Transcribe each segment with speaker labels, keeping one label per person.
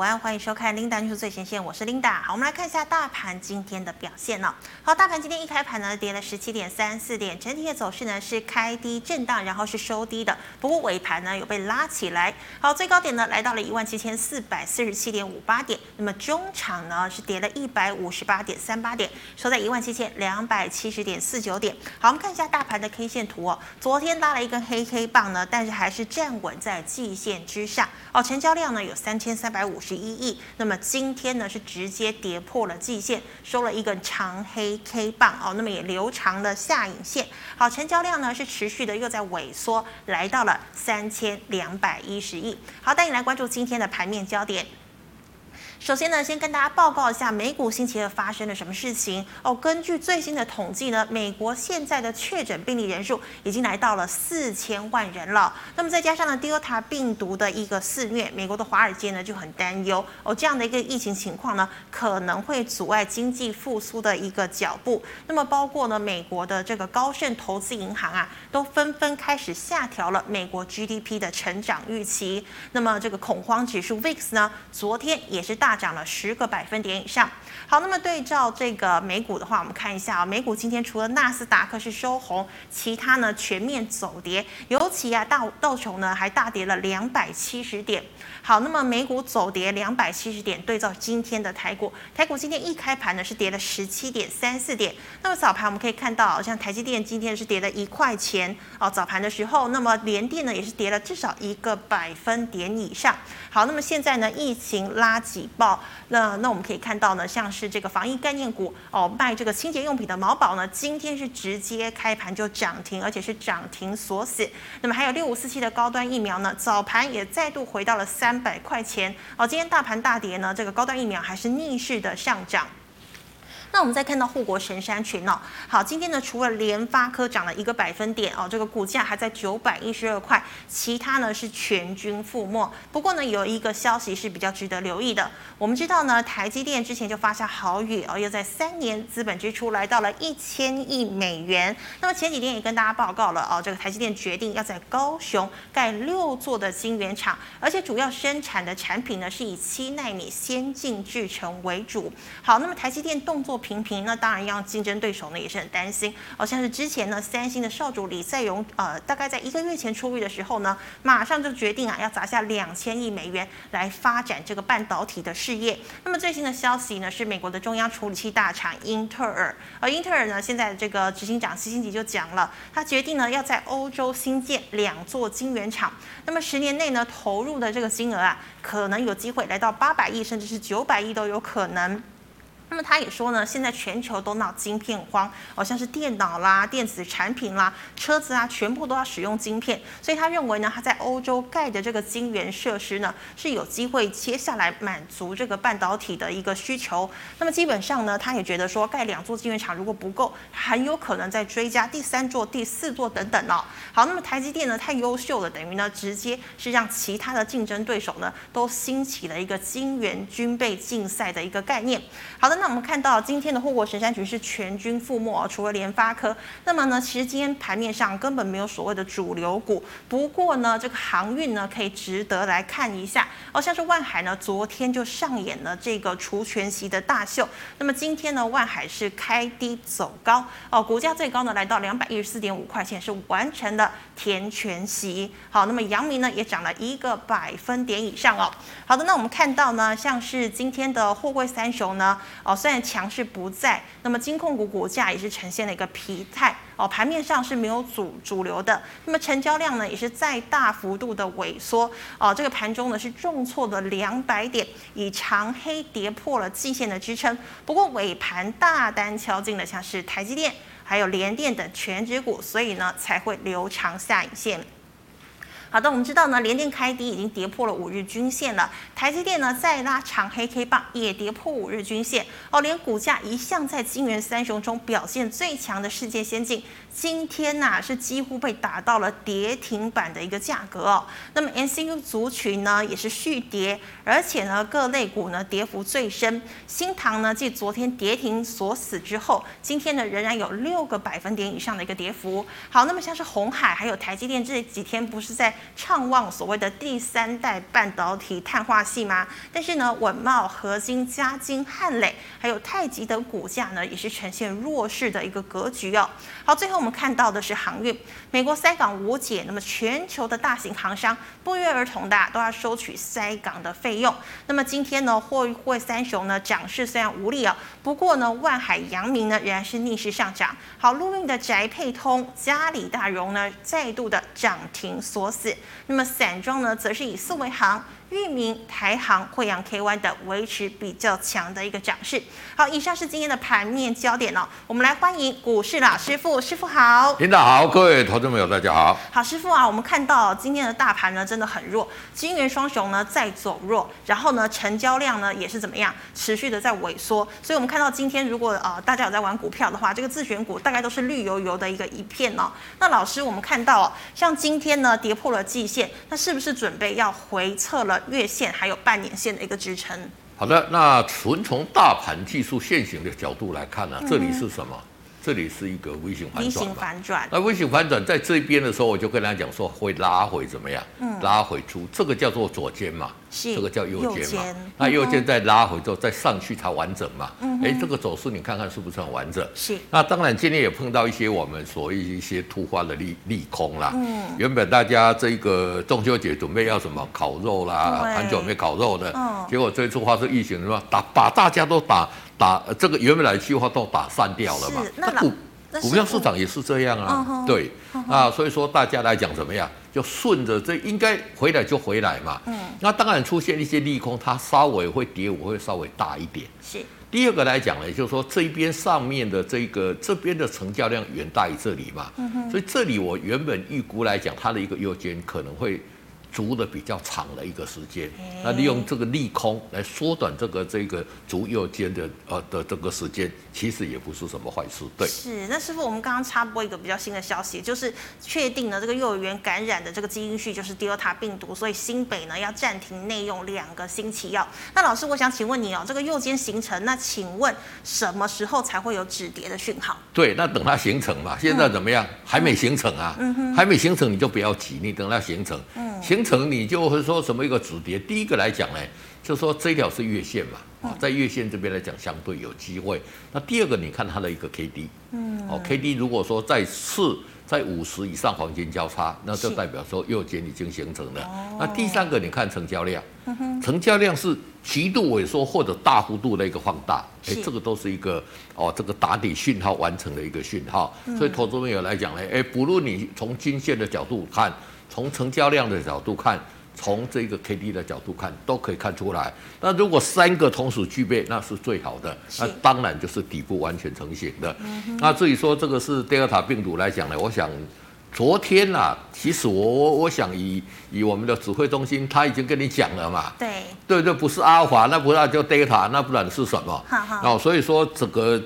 Speaker 1: 晚安，欢迎收看《琳达女士最前线》，我是琳达。好，我们来看一下大盘今天的表现哦。好，大盘今天一开盘呢，跌了十七点三四点，整体的走势呢是开低震荡，然后是收低的。不过尾盘呢有被拉起来。好，最高点呢来到了一万七千四百四十七点五八点，那么中场呢是跌了一百五十八点三八点，收在一万七千两百七十点四九点。好，我们看一下大盘的 K 线图哦，昨天拉了一根黑 K 棒呢，但是还是站稳在季线之上。哦，成交量呢有三千三百五十。十一亿，那么今天呢是直接跌破了季线，收了一根长黑 K 棒哦，那么也留长了下影线。好，成交量呢是持续的又在萎缩，来到了三千两百一十亿。好，带你来关注今天的盘面焦点。首先呢，先跟大家报告一下美股星期二发生了什么事情哦。根据最新的统计呢，美国现在的确诊病例人数已经来到了四千万人了。那么再加上呢，Delta 病毒的一个肆虐，美国的华尔街呢就很担忧哦，这样的一个疫情情况呢，可能会阻碍经济复苏的一个脚步。那么包括呢，美国的这个高盛投资银行啊，都纷纷开始下调了美国 GDP 的成长预期。那么这个恐慌指数 VIX 呢，昨天也是大。大涨了十个百分点以上。好，那么对照这个美股的话，我们看一下啊，美股今天除了纳斯达克是收红，其他呢全面走跌，尤其啊道道琼呢还大跌了两百七十点。好，那么美股走跌两百七十点，对照今天的台股，台股今天一开盘呢是跌了十七点三四点。那么早盘我们可以看到，像台积电今天是跌了一块钱哦，早盘的时候，那么联电呢也是跌了至少一个百分点以上。好，那么现在呢疫情拉几。报那那我们可以看到呢，像是这个防疫概念股哦，卖这个清洁用品的毛宝呢，今天是直接开盘就涨停，而且是涨停锁死。那么还有六五四七的高端疫苗呢，早盘也再度回到了三百块钱哦。今天大盘大跌呢，这个高端疫苗还是逆势的上涨。那我们再看到护国神山群哦，好，今天呢除了联发科涨了一个百分点哦，这个股价还在九百一十二块，其他呢是全军覆没。不过呢有一个消息是比较值得留意的，我们知道呢台积电之前就发下豪语哦，又在三年资本支出来到了一千亿美元。那么前几天也跟大家报告了哦，这个台积电决定要在高雄盖六座的晶圆厂，而且主要生产的产品呢是以七纳米先进制程为主。好，那么台积电动作。平平，那当然让竞争对手呢也是很担心。哦，像是之前呢，三星的少主李在镕，呃，大概在一个月前出狱的时候呢，马上就决定啊要砸下两千亿美元来发展这个半导体的事业。那么最新的消息呢，是美国的中央处理器大厂英特尔，而英特尔呢现在这个执行长基辛格就讲了，他决定呢要在欧洲新建两座晶圆厂，那么十年内呢投入的这个金额啊，可能有机会来到八百亿，甚至是九百亿都有可能。那么他也说呢，现在全球都闹晶片荒，好、哦、像是电脑啦、电子产品啦、车子啊，全部都要使用晶片。所以他认为呢，他在欧洲盖的这个晶圆设施呢，是有机会接下来满足这个半导体的一个需求。那么基本上呢，他也觉得说，盖两座晶圆厂如果不够，很有可能再追加第三座、第四座等等哦。好，那么台积电呢，太优秀了，等于呢，直接是让其他的竞争对手呢，都兴起了一个晶圆军备竞赛的一个概念。好的。那我们看到今天的护国神山局是全军覆没、哦，除了联发科，那么呢，其实今天盘面上根本没有所谓的主流股。不过呢，这个航运呢可以值得来看一下。哦，像是万海呢，昨天就上演了这个除权息的大秀。那么今天呢，万海是开低走高，哦，股价最高呢来到两百一十四点五块钱，是完成了填权息。好，那么阳明呢也涨了一个百分点以上哦。好的，那我们看到呢，像是今天的货柜三雄呢。哦，虽然强势不在，那么金控股股价也是呈现了一个疲态哦，盘面上是没有主主流的，那么成交量呢也是在大幅度的萎缩哦，这个盘中呢是重挫了两百点，以长黑跌破了季线的支撑，不过尾盘大单敲进了像是台积电、还有联电等全指股，所以呢才会留长下影线。好的，我们知道呢，联电开低已经跌破了五日均线了。台积电呢再拉长黑 K 棒，也跌破五日均线哦。连股价一向在金元三雄中表现最强的世界先进，今天呐、啊、是几乎被打到了跌停板的一个价格哦。那么 NCU 族群呢也是续跌，而且呢各类股呢跌幅最深。新唐呢继昨天跌停锁死之后，今天呢仍然有六个百分点以上的一个跌幅。好，那么像是红海还有台积电这几天不是在畅望所谓的第三代半导体碳化系吗？但是呢，稳茂、合金、嘉金、汉磊还有太极等股价呢，也是呈现弱势的一个格局哦。好，最后我们看到的是航运，美国塞港无解，那么全球的大型航商不约而同的、啊、都要收取塞港的费用。那么今天呢，货柜三雄呢涨势虽然无力哦，不过呢，万海、扬明呢仍然是逆势上涨。好，陆运的宅配通、嘉里大荣呢再度的涨停锁死。那么散装呢，则是以四维航、裕民、台航、惠阳 KY 的维持比较强的一个涨势。好，以上是今天的盘面焦点哦。我们来欢迎股市老师傅，师傅好。
Speaker 2: 领导好，各位投资朋友大家好。
Speaker 1: 好，师傅啊，我们看到今天的大盘呢真的很弱，金元双雄呢在走弱，然后呢成交量呢也是怎么样持续的在萎缩，所以我们看到今天如果呃大家有在玩股票的话，这个自选股大概都是绿油油的一个一片哦。那老师，我们看到、哦、像今天呢跌破了季线，那是不是准备要回测了月线还有半年线的一个支撑？
Speaker 2: 好的，那纯从大盘技术现行的角度来看呢、这里是什么？这里是一个微型反
Speaker 1: 嗯微
Speaker 2: 转
Speaker 1: 型
Speaker 2: 嘛。
Speaker 1: 反转，
Speaker 2: 那微型反转在这边的时候，我就跟他讲说会拉回怎么样？拉回出这个叫做左肩嘛，
Speaker 1: 嗯是
Speaker 2: 这个叫右肩嘛
Speaker 1: 右肩。嗯
Speaker 2: 那右肩再拉回之后再上去才完整嘛。哎、这个走势你看看是不是很完整？
Speaker 1: 是
Speaker 2: 那当然，今天也碰到一些我们所谓一些突发的利利空啦。嗯，原本大家这个中秋节准备要什么烤肉啦，
Speaker 1: 对
Speaker 2: 很久没烤肉的，
Speaker 1: 嗯
Speaker 2: 结果这次发生疫情什么打把大家都打打这个原本来计划都打散掉了嘛
Speaker 1: 是。那
Speaker 2: 那
Speaker 1: 老
Speaker 2: 股
Speaker 1: 那
Speaker 2: 股
Speaker 1: 师
Speaker 2: 票
Speaker 1: 傅
Speaker 2: 市场也是这样
Speaker 1: 嗯
Speaker 2: 啊
Speaker 1: 哼，
Speaker 2: 对啊，所以说大家来讲怎么样，就顺着这应该回来就回来嘛。嗯，那当然出现一些利空，它稍微会跌，我会稍微大一点。
Speaker 1: 是
Speaker 2: 第二个来讲呢，也就是说这一边上面的这个这边的成交量远大于这里嘛，所以这里我原本预估来讲，它的一个右肩可能会足的比较长的一个时间，那利用这个利空来缩短这个这个足右肩的呃的这个时间，其实也不是什么坏事，对。
Speaker 1: 是，那师傅，我们刚刚插播一个比较新的消息，就是确定呢这个幼儿园感染的这个基因序就是 Delta 病毒，所以新北呢要暂停内用两个星期药。那老师，我想请问你哦，这个右肩形成，那请问什么时候才会有止跌的讯号？
Speaker 2: 对，那等它形成嘛。现在怎么样？还没形成啊，还没形成你就不要急，你等它形成，形成你就会说什么一个止跌。第一个来讲呢，就说这条是月线嘛，啊，在月线这边来讲相对有机会。那第二个，你看它的一个 K D，嗯，哦，K D 如果说再次在五十以上黄金交叉，那就是哦代表说右肩已经形成了。那第三个，你看成交量，成交量是极度萎缩或者大幅度的一个放大，哎
Speaker 1: 是，
Speaker 2: 这个都是一个哦，这个打底讯号完成的一个讯号。所以投资朋友来讲呢，哎，不论你从均线的角度看，从成交量的角度看。从这个 K D 的角度看，都可以看出来。那如果三个同时具备，那是最好的。
Speaker 1: 是
Speaker 2: 那当然就是底部完全成型的。那至于说这个是德尔塔病毒来讲呢，我想昨天啊，其实我我我想以以我们的指挥中心他已经跟你讲了嘛，
Speaker 1: 对，
Speaker 2: 对对，不是阿尔法，那不那就 delta，那不然是什么？
Speaker 1: 哈哈
Speaker 2: 哦，所以说整个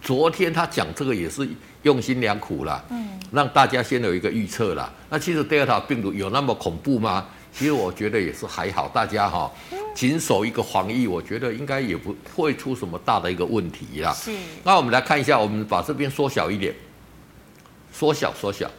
Speaker 2: 昨天他讲这个也是用心良苦啦，嗯，让大家先有一个预测啦。那其实 delta 病毒有那么恐怖吗？其实我觉得也是还好，大家哈、谨守一个防疫，我觉得应该也不会出什么大的一个问题啦。
Speaker 1: 是
Speaker 2: 那我们来看一下，我们把这边缩小一点，缩小缩小。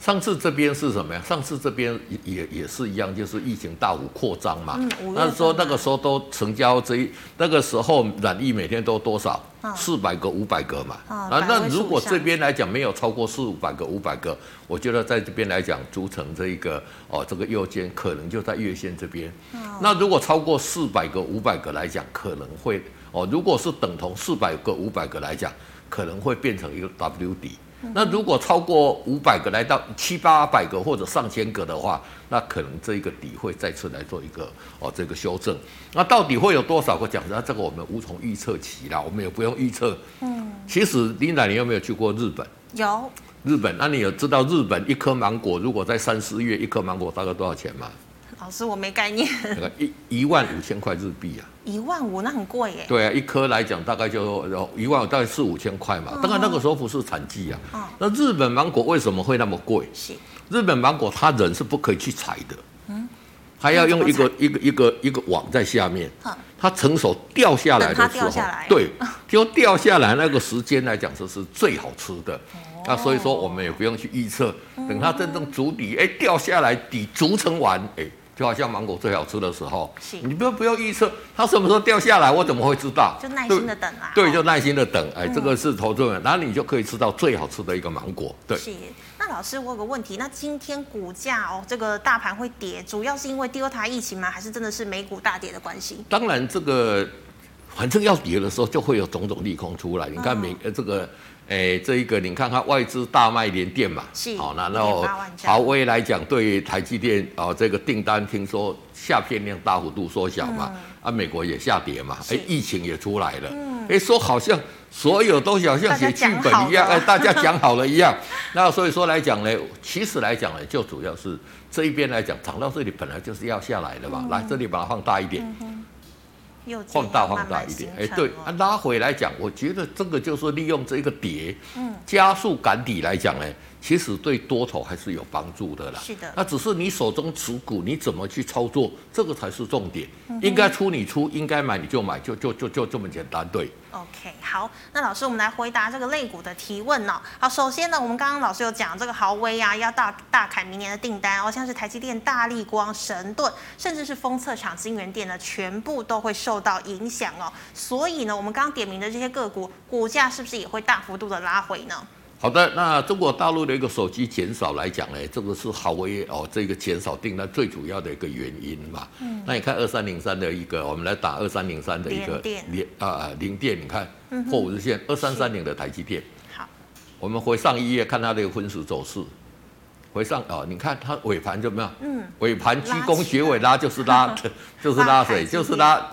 Speaker 2: 上次这边是什么呀？上次这边也也也是一样，就是疫情大幅扩张嘛。
Speaker 1: 嗯五月份
Speaker 2: 那时候那个时候都成交这一，那个时候染疫每天都多少？
Speaker 1: 嗯
Speaker 2: 四百个、五百个嘛。
Speaker 1: 啊
Speaker 2: 那
Speaker 1: 百
Speaker 2: 那
Speaker 1: 位数
Speaker 2: 如果
Speaker 1: 以上
Speaker 2: 这边来讲没有超过四五百个、五百个，我觉得在这边来讲，组成这一个哦，这个右肩可能就在月线这边。
Speaker 1: 嗯
Speaker 2: 那如果超过四百个、五百个来讲，可能会哦，如果是等同四百个、五百个来讲，可能会变成一个 W 底。
Speaker 1: 嗯
Speaker 2: 那如果超过五百个，来到七八百个或者上千个的话，那可能这一个底会再次来做一个哦这个修正。那到底会有多少个讲实在，这个我们无从预测起啦，我们也不用预测。嗯，其实琳达，你有没有去过日本？
Speaker 1: 有
Speaker 2: 日本，那你有知道日本一颗芒果如果在三四月一颗芒果大概多少钱吗？
Speaker 1: 老师我没概念，
Speaker 2: 那个一一万五千块日币啊。
Speaker 1: 一万五那很贵耶。
Speaker 2: 对啊，一颗来讲大概就哦一万，大概四五千块嘛。当然那个时候不是产季啊。那日本芒果为什么会那么贵？
Speaker 1: 是
Speaker 2: 日本芒果它人是不可以去采的。它要用一
Speaker 1: 嗯那
Speaker 2: 个一个一个一个网在下面
Speaker 1: 哼，
Speaker 2: 它成熟掉下来的
Speaker 1: 嗯等它
Speaker 2: 时
Speaker 1: 掉
Speaker 2: 候
Speaker 1: 下来，
Speaker 2: 对，就掉下来那个时间来讲，这是最好吃的。
Speaker 1: 哦
Speaker 2: 那所以说，我们也不用去预测，
Speaker 1: 嗯
Speaker 2: 等它真正筑底，哎，掉下来底筑成完，哎，就好像芒果最好吃的时候
Speaker 1: 是，
Speaker 2: 你不要不要预测它什么时候掉下来，我怎么会知道？
Speaker 1: 就耐
Speaker 2: 对
Speaker 1: 心的等啦。哦
Speaker 2: 对，就耐心的等，哎，这个是投资人，然后你就可以吃到最好吃的一个芒果。对，
Speaker 1: 是。那老师，我有个问题，那今天股价哦，这个大盘会跌，主要是因为第二台疫情吗？还是真的是美股大跌的关系？
Speaker 2: 当然这个反正要跌的时候就会有种种利空出来。你
Speaker 1: 嗯
Speaker 2: 看美、呃这个。哎，这一个你看看外资大卖联电嘛，
Speaker 1: 是
Speaker 2: 好、那然后
Speaker 1: 1.8万张
Speaker 2: 华为来讲，对台积电啊、哦这个订单听说下片量大幅度缩小嘛，啊美国也下跌嘛，
Speaker 1: 嗯是嗯
Speaker 2: 哎疫情也出来了，哎说好像所有东西好像写剧本一样，哎
Speaker 1: 大
Speaker 2: 大家讲好了一样， 那所以说来讲呢，其实来讲呢，就主要是这一边来讲，涨到这里本来就是要下来的嘛，
Speaker 1: 嗯
Speaker 2: 来这里把它放大一点，
Speaker 1: 又这样
Speaker 2: 放大放
Speaker 1: 慢慢
Speaker 2: 大一
Speaker 1: 形
Speaker 2: 点，哎，
Speaker 1: 成哦
Speaker 2: 对
Speaker 1: 了，
Speaker 2: 啊，拉回来讲，我觉得这个就是利用这个跌，嗯，加速赶底来讲呢，其实对多头还是有帮助的啦。
Speaker 1: 是的
Speaker 2: 那只是你手中持股你怎么去操作，这个才是重点。
Speaker 1: 嗯
Speaker 2: 应该出你出，应该买你就买，就就就就这么简单，对。
Speaker 1: OK，好，那老师，我们来回答这个类股的提问呢、好，首先呢，我们刚刚老师有讲这个豪威啊，要大大砍明年的订单哦，像是台积电、大力光、神盾，甚至是封测厂、晶圆店呢，全部都会受到影响哦。所以呢，我们刚刚点名的这些个股，股价是不是也会大幅度的拉回呢？
Speaker 2: 好的，那中国大陆的一个手机减少来讲呢，这个是华为哦，这个减少订单最主要的一个原因嘛。嗯，那你看二三零三的一个，我们来打二三零三的一个
Speaker 1: 联电嗯
Speaker 2: 联啊零电，你看破五日线，二三三零的台积电，
Speaker 1: 好，
Speaker 2: 我们回上一页看它的一个分时走势，回上啊、哦，你看它尾盘怎么样？嗯，尾盘鞠
Speaker 1: 拉起
Speaker 2: 躬
Speaker 1: 来
Speaker 2: 学尾拉就是 拉，就是
Speaker 1: 拉
Speaker 2: 拉
Speaker 1: 台
Speaker 2: 谁？
Speaker 1: 积
Speaker 2: 就是
Speaker 1: 电
Speaker 2: 拉，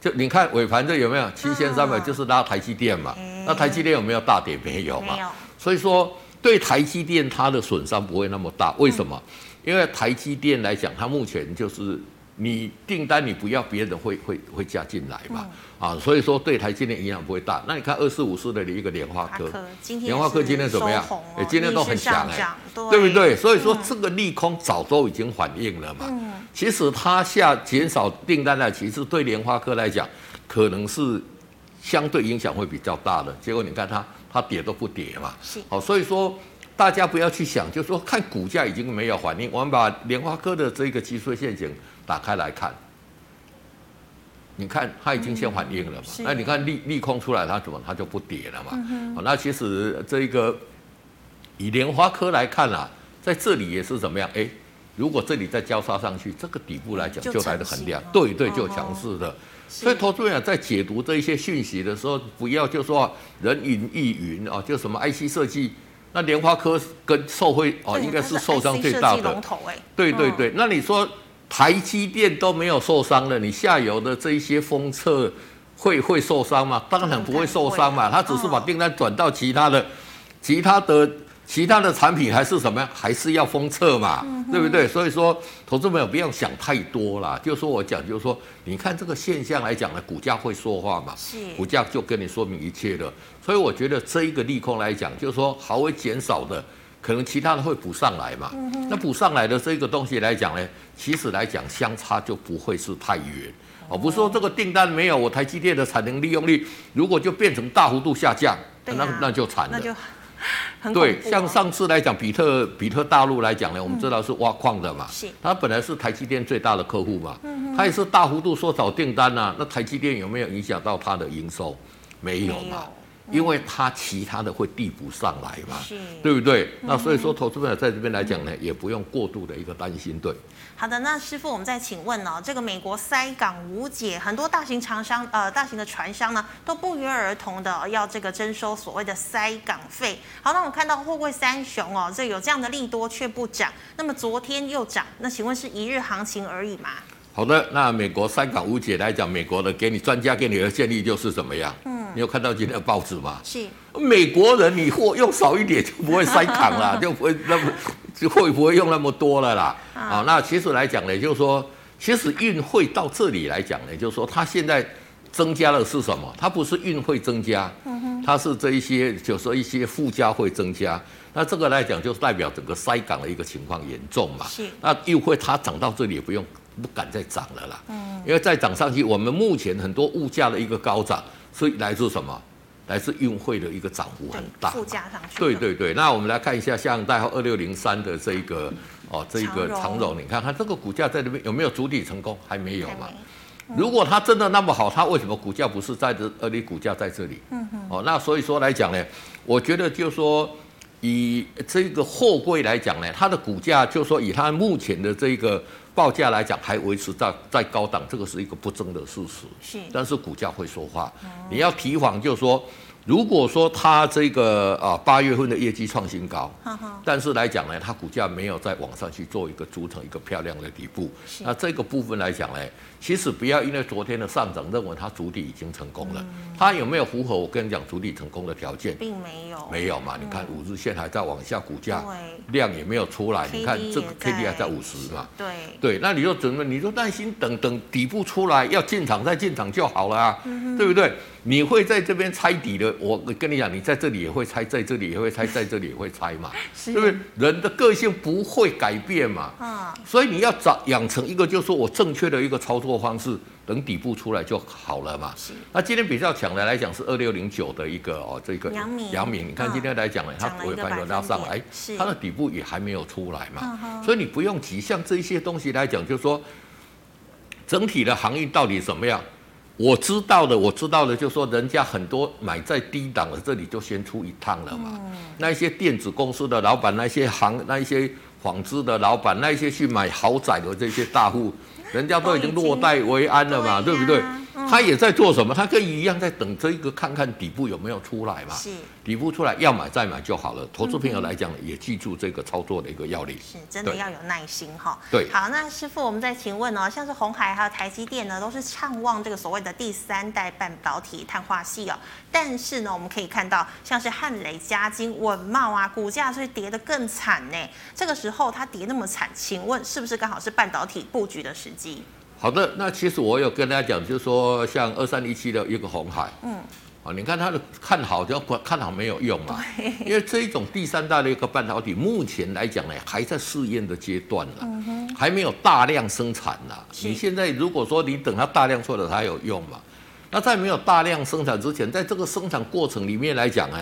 Speaker 2: 就你看尾盘这有没有七千三百？
Speaker 1: 啊哎
Speaker 2: 就是拉台积电嘛。那台积电有没有大跌？没有嘛。
Speaker 1: 没有
Speaker 2: 所以说，对台积电它的损伤不会那么大。为什么？因为台积电来讲，它目前就是你订单你不要，别人会会会加进来嘛。啊，所以说对台积电影响不会大。那你看二四五四的一个莲花
Speaker 1: 华
Speaker 2: 科，
Speaker 1: 科今天
Speaker 2: 莲花科
Speaker 1: 也是
Speaker 2: 今天怎么样
Speaker 1: 收红哦？
Speaker 2: 哎今天都很强
Speaker 1: 逆势
Speaker 2: 哎
Speaker 1: 上涨，
Speaker 2: 对不对？所以说这个利空早都已经反应了嘛。其实它下减少订单呢，其实对莲花科来讲，可能是相对影响会比较大的。结果你看它，它跌都不跌嘛
Speaker 1: 是。
Speaker 2: 好，所以说大家不要去想，就是说看股价已经没有反应。我们把莲花科的这个技术陷阱打开来看。你看，它已经先反应了嘛？
Speaker 1: 嗯是嗯
Speaker 2: 那你看利利空出来，它怎么它就不跌了嘛？好那其实这一个以莲花科来看啊，在这里也是怎么样？哎，如果这里再交叉上去，这个底部来讲
Speaker 1: 就
Speaker 2: 就来得很亮
Speaker 1: 强，势了
Speaker 2: 对对，
Speaker 1: 哦
Speaker 2: 就强势的。
Speaker 1: 是
Speaker 2: 所以投资人啊在解读这一些讯息的时候，不要就说人云亦云啊，就什么 IC 设计，那莲花科跟受惠哦，
Speaker 1: 对
Speaker 2: 应该
Speaker 1: 它
Speaker 2: 是受伤
Speaker 1: IC
Speaker 2: 最大
Speaker 1: 设计龙
Speaker 2: 的。
Speaker 1: 头哎，
Speaker 2: 对对
Speaker 1: 嗯
Speaker 2: 对，那你说台积电都没有受伤了，你下游的这一些封测会会受伤吗？当然不会受伤嘛，
Speaker 1: 当然
Speaker 2: 他
Speaker 1: 不会啊
Speaker 2: 只是把
Speaker 1: 嗯
Speaker 2: 订单转到其他的、其他的、其他的产品还是什么呀？还是要封测嘛，
Speaker 1: 嗯
Speaker 2: 对不对？所以说，投资朋友不要想太多啦。就说我讲，就是说，你看这个现象来讲呢，股价会说话嘛，
Speaker 1: 是
Speaker 2: 股价就跟你说明一切了。所以我觉得这一个利空来讲，就是说毫微减少的，可能其他的会补上来嘛。
Speaker 1: 嗯
Speaker 2: 那补上来的这个东西来讲呢，其实来讲相差就不会是太远。哦，不是说这个订单没有，我台积电的产能利用率如果就变成大幅度下降，
Speaker 1: 对
Speaker 2: 那
Speaker 1: 啊
Speaker 2: 那就惨了
Speaker 1: 那。就很恐
Speaker 2: 对，
Speaker 1: 怖哦嗯
Speaker 2: 像上次来讲，比特比特大陆来讲呢，我们知道是挖矿的嘛，
Speaker 1: 是嗯
Speaker 2: 它本来是台积电最大的客户嘛，它也是大幅度缩小订单呐、啊那台积电有没有影响到它的营收？没有
Speaker 1: 没有嗯
Speaker 2: 嘛，因为它其他的会递补上来嘛
Speaker 1: 是，嗯
Speaker 2: 对不对？那所以说，投资朋友在这边来讲呢，也不用过度的一个担心，对。
Speaker 1: 好的，那师傅，我们再请问哦，这个美国塞港无解，很多大型厂商呃大型的船商呢都不约而同的要这个征收所谓的塞港费。好，那我们看到货柜三雄哦，这有这样的利多却不涨，那么昨天又涨，那请问是一日行情而已吗？
Speaker 2: 好的，那美国三港五姐来讲，美国的给你专家给你的建议就是怎么样？嗯，你有看到今天的报纸吗？
Speaker 1: 是
Speaker 2: 美国人你货用少一点就不会塞港了， 就不会那么就会不会用那么多了啦。啊，那其实来讲呢，就是说，其实运费到这里来讲呢，就是说它现在增加的是什么？它不是运费增加，它是这一些就是说一些附加会增加。那这个来讲，就是代表整个塞港的一个情况严重嘛。
Speaker 1: 是
Speaker 2: 那又会它涨到这里也不用不敢再涨了啦。嗯，因为再涨上去，我们目前很多物价的一个高涨，所以来自什么？来自运费的一个涨幅很大嘛，
Speaker 1: 附加上去。
Speaker 2: 对，对对，那我们来看一下，像代号二六零三的这一个哦，这一
Speaker 1: 长
Speaker 2: 个
Speaker 1: 荣
Speaker 2: 长荣，你看看这个股价在这边有没有主体成功？还没有嘛
Speaker 1: 还没。
Speaker 2: 如果它真的那么好，它为什么股价不是在这？而你股价在这里？嗯哦，那所以说来讲呢，我觉得就说以这个货柜来讲呢，它的股价就说以它目前的这个报价来讲，还维持在在高档，这个是一个不争的事实。
Speaker 1: 是
Speaker 2: 但是股价会说话。你要提防，就是说，如果说它这个啊八月份的业绩创新高，
Speaker 1: 哈哈，
Speaker 2: 但是来讲呢，它股价没有在往上去做一个组成一个漂亮的底部
Speaker 1: 是。
Speaker 2: 那这个部分来讲呢，其实不要因为昨天的上涨认为它主体已经成功了，它有没有符合我跟你讲主体成功的条件？
Speaker 1: 并没有，
Speaker 2: 没有嘛？你
Speaker 1: 嗯
Speaker 2: 看五日线还在往下，股价
Speaker 1: 对
Speaker 2: 量也没有出来。你看
Speaker 1: KD
Speaker 2: 这个
Speaker 1: 也
Speaker 2: K D
Speaker 1: 在
Speaker 2: 还在五十嘛？
Speaker 1: 对，
Speaker 2: 对，那你就怎么？你就耐心等等底部出来，要进场再进场就好了、啊，对不对？你会在这边猜底的，我跟你讲，你在这里也会猜，在这里也会猜，在这里也会猜嘛，
Speaker 1: 是
Speaker 2: 对不对？人的个性不会改变嘛，
Speaker 1: 嗯，
Speaker 2: 所以你要找养成一个就是说我正确的一个操作方式，等底部出来就好了嘛。
Speaker 1: 是
Speaker 2: 那今天比较强的来讲是二六零九的一个哦，这个
Speaker 1: 阳明啊
Speaker 2: 你看今天来讲呢，它
Speaker 1: 涨了一
Speaker 2: 尾
Speaker 1: 个
Speaker 2: 盘有拉
Speaker 1: 百
Speaker 2: 上
Speaker 1: 分
Speaker 2: 来
Speaker 1: 点是，
Speaker 2: 它的底部也还没有出来
Speaker 1: 嗯
Speaker 2: 嘛，
Speaker 1: 哼
Speaker 2: 所以你不用急。像这些东西来讲，就是说整体的行业到底怎么样？我知道的，我知道的，就是说人家很多买在低档的，这里就先出一趟了嘛。
Speaker 1: 哦
Speaker 2: 那一些电子公司的老板，那一些行，那一些纺织的老板，那一些去买豪宅的这些大户，人家都已经
Speaker 1: 都已经
Speaker 2: 落袋为安了嘛，
Speaker 1: 对
Speaker 2: 对
Speaker 1: 呀
Speaker 2: 不对？
Speaker 1: 嗯
Speaker 2: 他也在做什么？他跟你一样在等这一个看看底部有没有出来嘛。
Speaker 1: 是嗯
Speaker 2: 底部出来要买再买就好了。投资朋友来讲，也记住这个操作的一个要领。
Speaker 1: 是真的
Speaker 2: 对
Speaker 1: 要有耐心哈。
Speaker 2: 对
Speaker 1: 好，那师傅，我们再请问哦，像是红海还有台积电呢，都是畅望这个所谓的第三代半导体碳化系哦。但是呢，我们可以看到，像是汉磊、嘉金、稳茂啊，股价是跌得更惨呢。这个时候它跌那么惨，请问是不是刚好是半导体布局的时机？
Speaker 2: 好的，那其实我有跟大家讲，就是说像二三一七的一个红海，嗯，啊，你看它的看好，只要管看好没有用嘛，因为这一种第三代的一个半导体，目前来讲呢，还在试验的阶段呢、还没有大量生产呢、
Speaker 1: 是
Speaker 2: 你现在如果说你等它大量出来才有用嘛，那在没有大量生产之前，在这个生产过程里面来讲呢，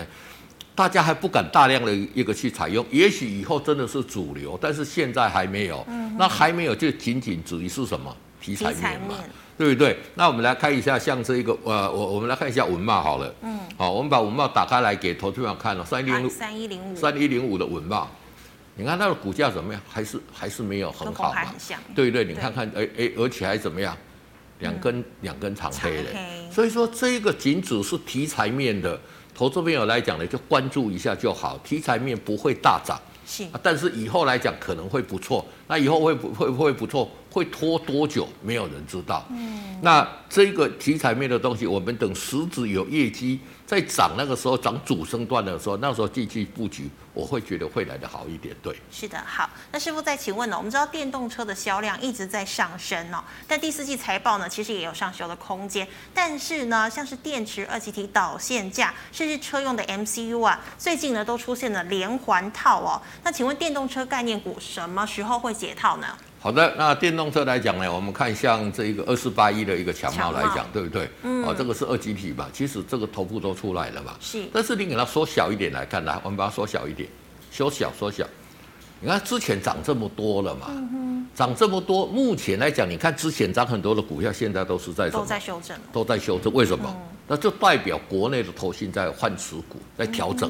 Speaker 2: 大家还不敢大量的一个去采用，也许以后真的是主流，但是现在还没有。那还没有就仅仅只于是什么嗯题材
Speaker 1: 题材
Speaker 2: 面嘛
Speaker 1: 面，
Speaker 2: 对不对？那我们来看一下，像这一个呃，我我们来看一下文茂好了。嗯，好，我们把文茂打开来给投资朋友看了、三零六
Speaker 1: 三一零五
Speaker 2: 三一零五的文茂，你看它的股价怎么样？还是还是没有很
Speaker 1: 跟红
Speaker 2: 好
Speaker 1: 海
Speaker 2: 嘛
Speaker 1: 很？像，
Speaker 2: 对对，你
Speaker 1: 对
Speaker 2: 看看，哎哎，而且还怎么样？两根、两根长黑的
Speaker 1: 长黑，
Speaker 2: 所以说这个仅只是题材面的，投资朋友来讲呢，就关注一下就好。题材面不会大涨，
Speaker 1: 是
Speaker 2: 啊但是以后来讲可能会不错。那以后会不 会不会不错？会拖多久？没有人知道。嗯，那这个题材面的东西，我们等实质有业绩在涨那个时候，涨主升段的时候，那时候进去布局，我会觉得会来得好一点。对。
Speaker 1: 是的，好，那师傅再请问呢、我们知道电动车的销量一直在上升哦，但第四季财报呢，其实也有上修的空间。但是呢，像是电池二极体导线架，甚至车用的 MCU 啊，最近呢都出现了连环套哦。那请问电动车概念股什么时候会解套呢？
Speaker 2: 好的，那电动车来讲呢，我们看像这一个二四八一的一个强
Speaker 1: 强
Speaker 2: 貌
Speaker 1: 茂
Speaker 2: 来讲，对不对？嗯，哦，这个是二级体嘛，其实这个头部都出来了嘛。
Speaker 1: 是
Speaker 2: 但是你给它缩小一点来看，来，我们把它缩小一点，缩小缩小。你看之前涨这么多了嘛，
Speaker 1: 嗯
Speaker 2: 涨这么多，目前来讲，你看之前涨很多的股票，现在都是在什
Speaker 1: 都
Speaker 2: 么？
Speaker 1: 在嗯修正哦，
Speaker 2: 都在修正，为什么？那就代表国内的投信在换持股，在调整，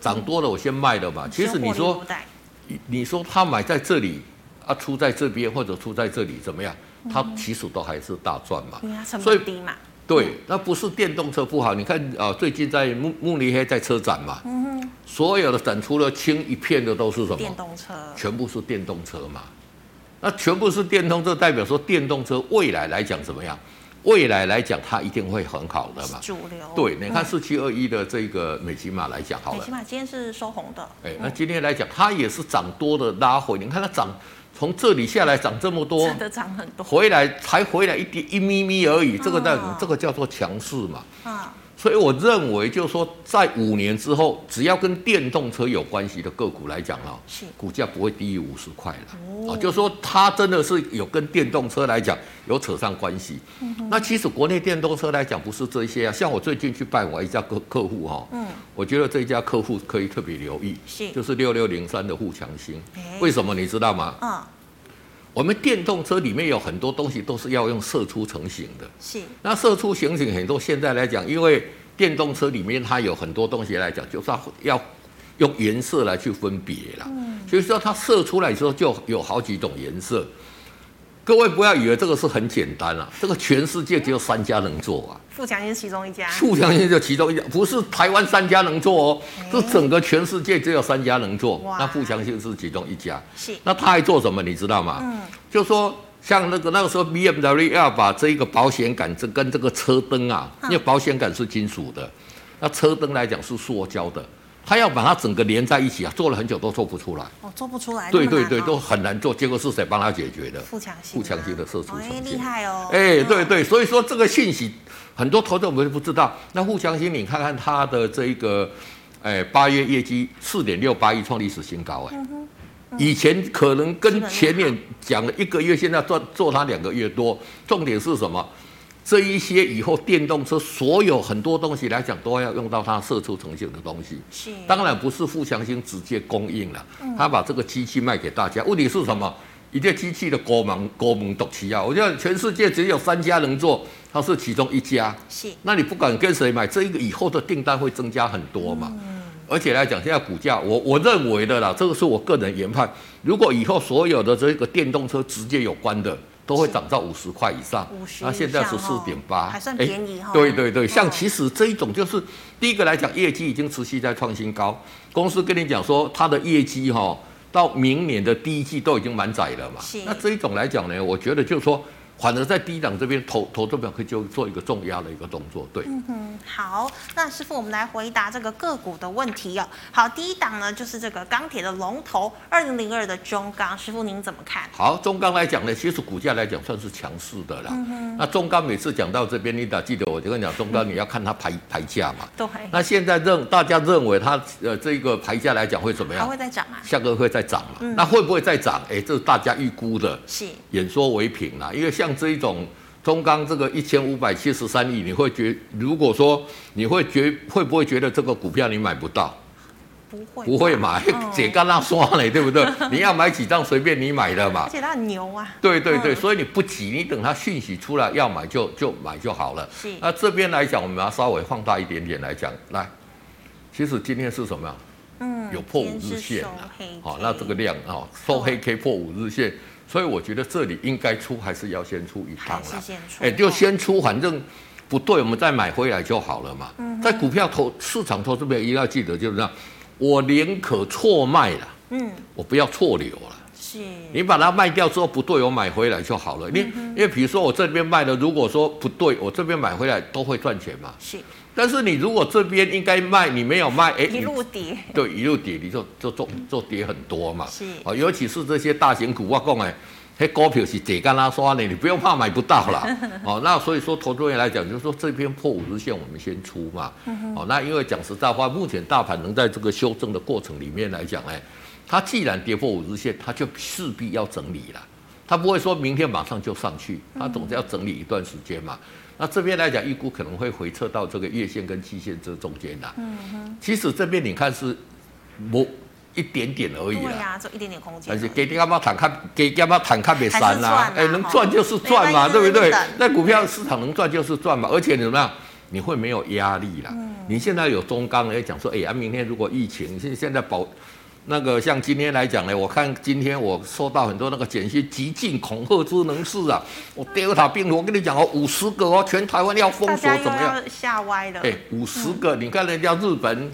Speaker 2: 涨多了我先卖了嘛。其实你
Speaker 1: 嗯先获利
Speaker 2: 说
Speaker 1: 入袋
Speaker 2: 你你说他买在这里啊，出在这边或者出在这里怎么样？
Speaker 1: 嗯
Speaker 2: 他其实都还是大赚嘛。
Speaker 1: 因为它成
Speaker 2: 所以
Speaker 1: 本低嘛，
Speaker 2: 对，那不是电动车不好，你看啊、最近在慕慕尼黑在车展嘛，所有的展出了青一片的都是什
Speaker 1: 嗯电
Speaker 2: 么？
Speaker 1: 动车
Speaker 2: 全部是电动车嘛。那全部是电动车，代表说电动车未来来讲怎么样？未来来讲，它一定会很好的嘛。
Speaker 1: 主流
Speaker 2: 对，你看四七二一的这个美骑马来讲好
Speaker 1: 美
Speaker 2: 了
Speaker 1: 起，码今天是收红的，
Speaker 2: 哎，那今天来讲，它也是涨多的拉回，你看它涨从这里下来涨这么多
Speaker 1: 真，的涨很多
Speaker 2: 回来才回来一点一咪咪而已，这个叫、
Speaker 1: 哦
Speaker 2: 这个叫做强势嘛。
Speaker 1: 啊，
Speaker 2: 所以我认为，就是说，在五年之后，只要跟电动车有关系的个股来讲啊，
Speaker 1: 是
Speaker 2: 股价不会低于五十块了。
Speaker 1: 哦
Speaker 2: 啊，就是说它真的是有跟电动车来讲有扯上关系。
Speaker 1: 嗯
Speaker 2: 那其实国内电动车来讲不是这些啊，像我最近去拜我一家客客户哈、
Speaker 1: 嗯，
Speaker 2: 我觉得这一家客户可以特别留意，
Speaker 1: 是
Speaker 2: 就是六六零三的富强兴
Speaker 1: 哎。
Speaker 2: 为什么你知道吗？
Speaker 1: 嗯，
Speaker 2: 我们电动车里面有很多东西都是要用射出成型的。
Speaker 1: 是
Speaker 2: 那射出刑警很多，现在来讲，因为电动车里面它有很多东西来讲，就是要要用颜色来去分别啦。
Speaker 1: 嗯
Speaker 2: 所以说它射出来之后就有好几种颜色。各位不要以为这个是很简单啊，这个全世界只有三家能做啊。
Speaker 1: 富强也是其中一家，
Speaker 2: 富强县就其中一家，不是台湾三家能做哦，是整个全世界只有三家能做
Speaker 1: 哇。
Speaker 2: 那富强县是其中一家。
Speaker 1: 是
Speaker 2: 那他还做什么？你知道吗？嗯，就说像那个那个时候 BMW 要把这一个保险杆这跟这个车灯啊，
Speaker 1: 嗯
Speaker 2: 因为保险杆是金属的，那车灯来讲是塑胶的，他要把它整个连在一起啊，做了很久都做不出来。
Speaker 1: 哦，做不出来，
Speaker 2: 对
Speaker 1: 那么
Speaker 2: 对
Speaker 1: 难
Speaker 2: 对，
Speaker 1: 哦
Speaker 2: 都很难做。结果是谁帮他解决的？
Speaker 1: 富强型，
Speaker 2: 富强型的射出
Speaker 1: 哦哎
Speaker 2: 成绩
Speaker 1: 厉害哦，
Speaker 2: 哎，
Speaker 1: 嗯
Speaker 2: 对，对，所以说这个信息很多投资者我们不知道。那互相心，你看看它的这一个，哎，八月业绩四点六八亿，创历史新高哎。以前可能
Speaker 1: 嗯基
Speaker 2: 跟
Speaker 1: 本
Speaker 2: 前面讲了一个月，现在做做它两个月多。重点是什么？这一些以后电动车所有很多东西来讲，都要用到它射出成型的东西。
Speaker 1: 是
Speaker 2: 当然不是富强兴直接供应了，他把这个机器卖给大家。问题是什么？一个机器的国门国门独起啊！我觉得全世界只有三家能做，它是其中一家。
Speaker 1: 是
Speaker 2: 那你不管跟谁买，这一个以后的订单会增加很多嘛？而且来讲，现在股价，我我认为的啦，这个是我个人研判。如果以后所有的这个电动车直接有关的，都会涨到五十块以上。
Speaker 1: 50
Speaker 2: 那现在
Speaker 1: 以上
Speaker 2: 是四
Speaker 1: 哦
Speaker 2: 点八，
Speaker 1: 还算
Speaker 2: 哎
Speaker 1: 便宜哦
Speaker 2: 对对对，
Speaker 1: 哦
Speaker 2: 像其实这一种就是第一个来讲，业绩已经持续在创新高。公司跟你讲说，它的业绩哈、到明年的第一季都已经满载了嘛
Speaker 1: 是。
Speaker 2: 那这一种来讲呢，我觉得就是说，反而在低档这边投投资表可以就做一个重压的一个动作，对。
Speaker 1: 嗯，好，那师傅，我们来回答这个个股的问题哦。好，第一档呢就是这个钢铁的龙头二零零二的中钢，师傅您怎么看？
Speaker 2: 好，中钢来讲呢，其实股价来讲算是强势的啦。
Speaker 1: 嗯
Speaker 2: 那中钢每次讲到这边，你得记得我就跟你讲，中钢你要看它排排价嘛。
Speaker 1: 对，
Speaker 2: 那现在认大家认为它呃这个排价来讲会怎么
Speaker 1: 还
Speaker 2: 样
Speaker 1: 会？再涨吗？
Speaker 2: 下个月会再涨嘛？
Speaker 1: 嗯
Speaker 2: 那会不会再涨？哎、这是大家预估的，
Speaker 1: 是
Speaker 2: 演说为凭啊啦。因为像这一种中钢这个一千五百七十三亿，你会觉如果说你会觉会不会觉得这个股票你买不到？
Speaker 1: 不会，嗯
Speaker 2: 不会，买， 姐刚刚说了，对 不对？你要买几张随便你买的嘛
Speaker 1: 而。且它很牛啊。
Speaker 2: 对对对，
Speaker 1: 嗯
Speaker 2: 所以你不急，你等它讯息出来要买就就买就好了。
Speaker 1: 是
Speaker 2: 那这边来讲，我们要稍微放大一点点来讲，来，其实今天是什么呀？
Speaker 1: 嗯，
Speaker 2: 有破五日
Speaker 1: 今天是
Speaker 2: 线
Speaker 1: 收
Speaker 2: 了
Speaker 1: 黑 K，，
Speaker 2: 好、那这个量啊、收黑 K 破五日线，所以我觉得这里应该出还是要先出一趟
Speaker 1: 还是
Speaker 2: 啦，
Speaker 1: 先出，
Speaker 2: 哎、就先出，反正不对，我们再买回来就好了嘛。在股票投市场投资者一定要记得就是这样，我宁可错卖了，
Speaker 1: 嗯，
Speaker 2: 我不要错留了。
Speaker 1: 是
Speaker 2: 你把它卖掉之后不对，我买回来就好了。因为因为比如说我这边卖的，如果说不对，我这边买回来都会赚钱嘛。
Speaker 1: 是
Speaker 2: 但是你如果这边应该卖，你没有卖，哎、
Speaker 1: 一
Speaker 2: 你
Speaker 1: 路跌，
Speaker 2: 对，一路跌，你就就做做跌很多嘛。
Speaker 1: 是
Speaker 2: 啊，尤其是这些大型股，我讲哎，那股票是跌干拉刷的，你不用怕买不到啦。 哦，那所以说投资人来讲，就是说这边破五日线我们先出嘛。哦，那因为讲实在话，目前大盘能在这个修正的过程里面来讲，哎，它既然跌破五日线，它就势必要整理了。它不会说明天马上就上去，它总是要整理一段时间嘛。那这边来讲，预估可能会回撤到这个月线跟期线这中间啦。其实这边你看是不一点点而已
Speaker 1: 对啊
Speaker 2: 啦。
Speaker 1: 呀，就一点点空间哦
Speaker 2: 啊
Speaker 1: 而
Speaker 2: 但
Speaker 1: 已，
Speaker 2: 是给干嘛坦克，给干嘛坦克别删啦
Speaker 1: 还是赚啊，
Speaker 2: 哎，能赚就是赚嘛，
Speaker 1: 没关系
Speaker 2: 对不对
Speaker 1: 等？
Speaker 2: 那股票市场能赚就是赚嘛，而且你怎么样，你会没有压力啦。
Speaker 1: 嗯
Speaker 2: 你现在有中钢也讲说，哎呀，明天如果疫情，现现在保那个像今天来讲呢，我看今天我收到很多那个简讯，极尽恐吓之能事啊，我德尔塔病毒，我跟你讲哦，五十个哦，全台湾要封
Speaker 1: 大
Speaker 2: 锁
Speaker 1: 家又
Speaker 2: 怎么样？
Speaker 1: 要吓歪了，
Speaker 2: 哎、五十
Speaker 1: 嗯
Speaker 2: 个，你看人家日本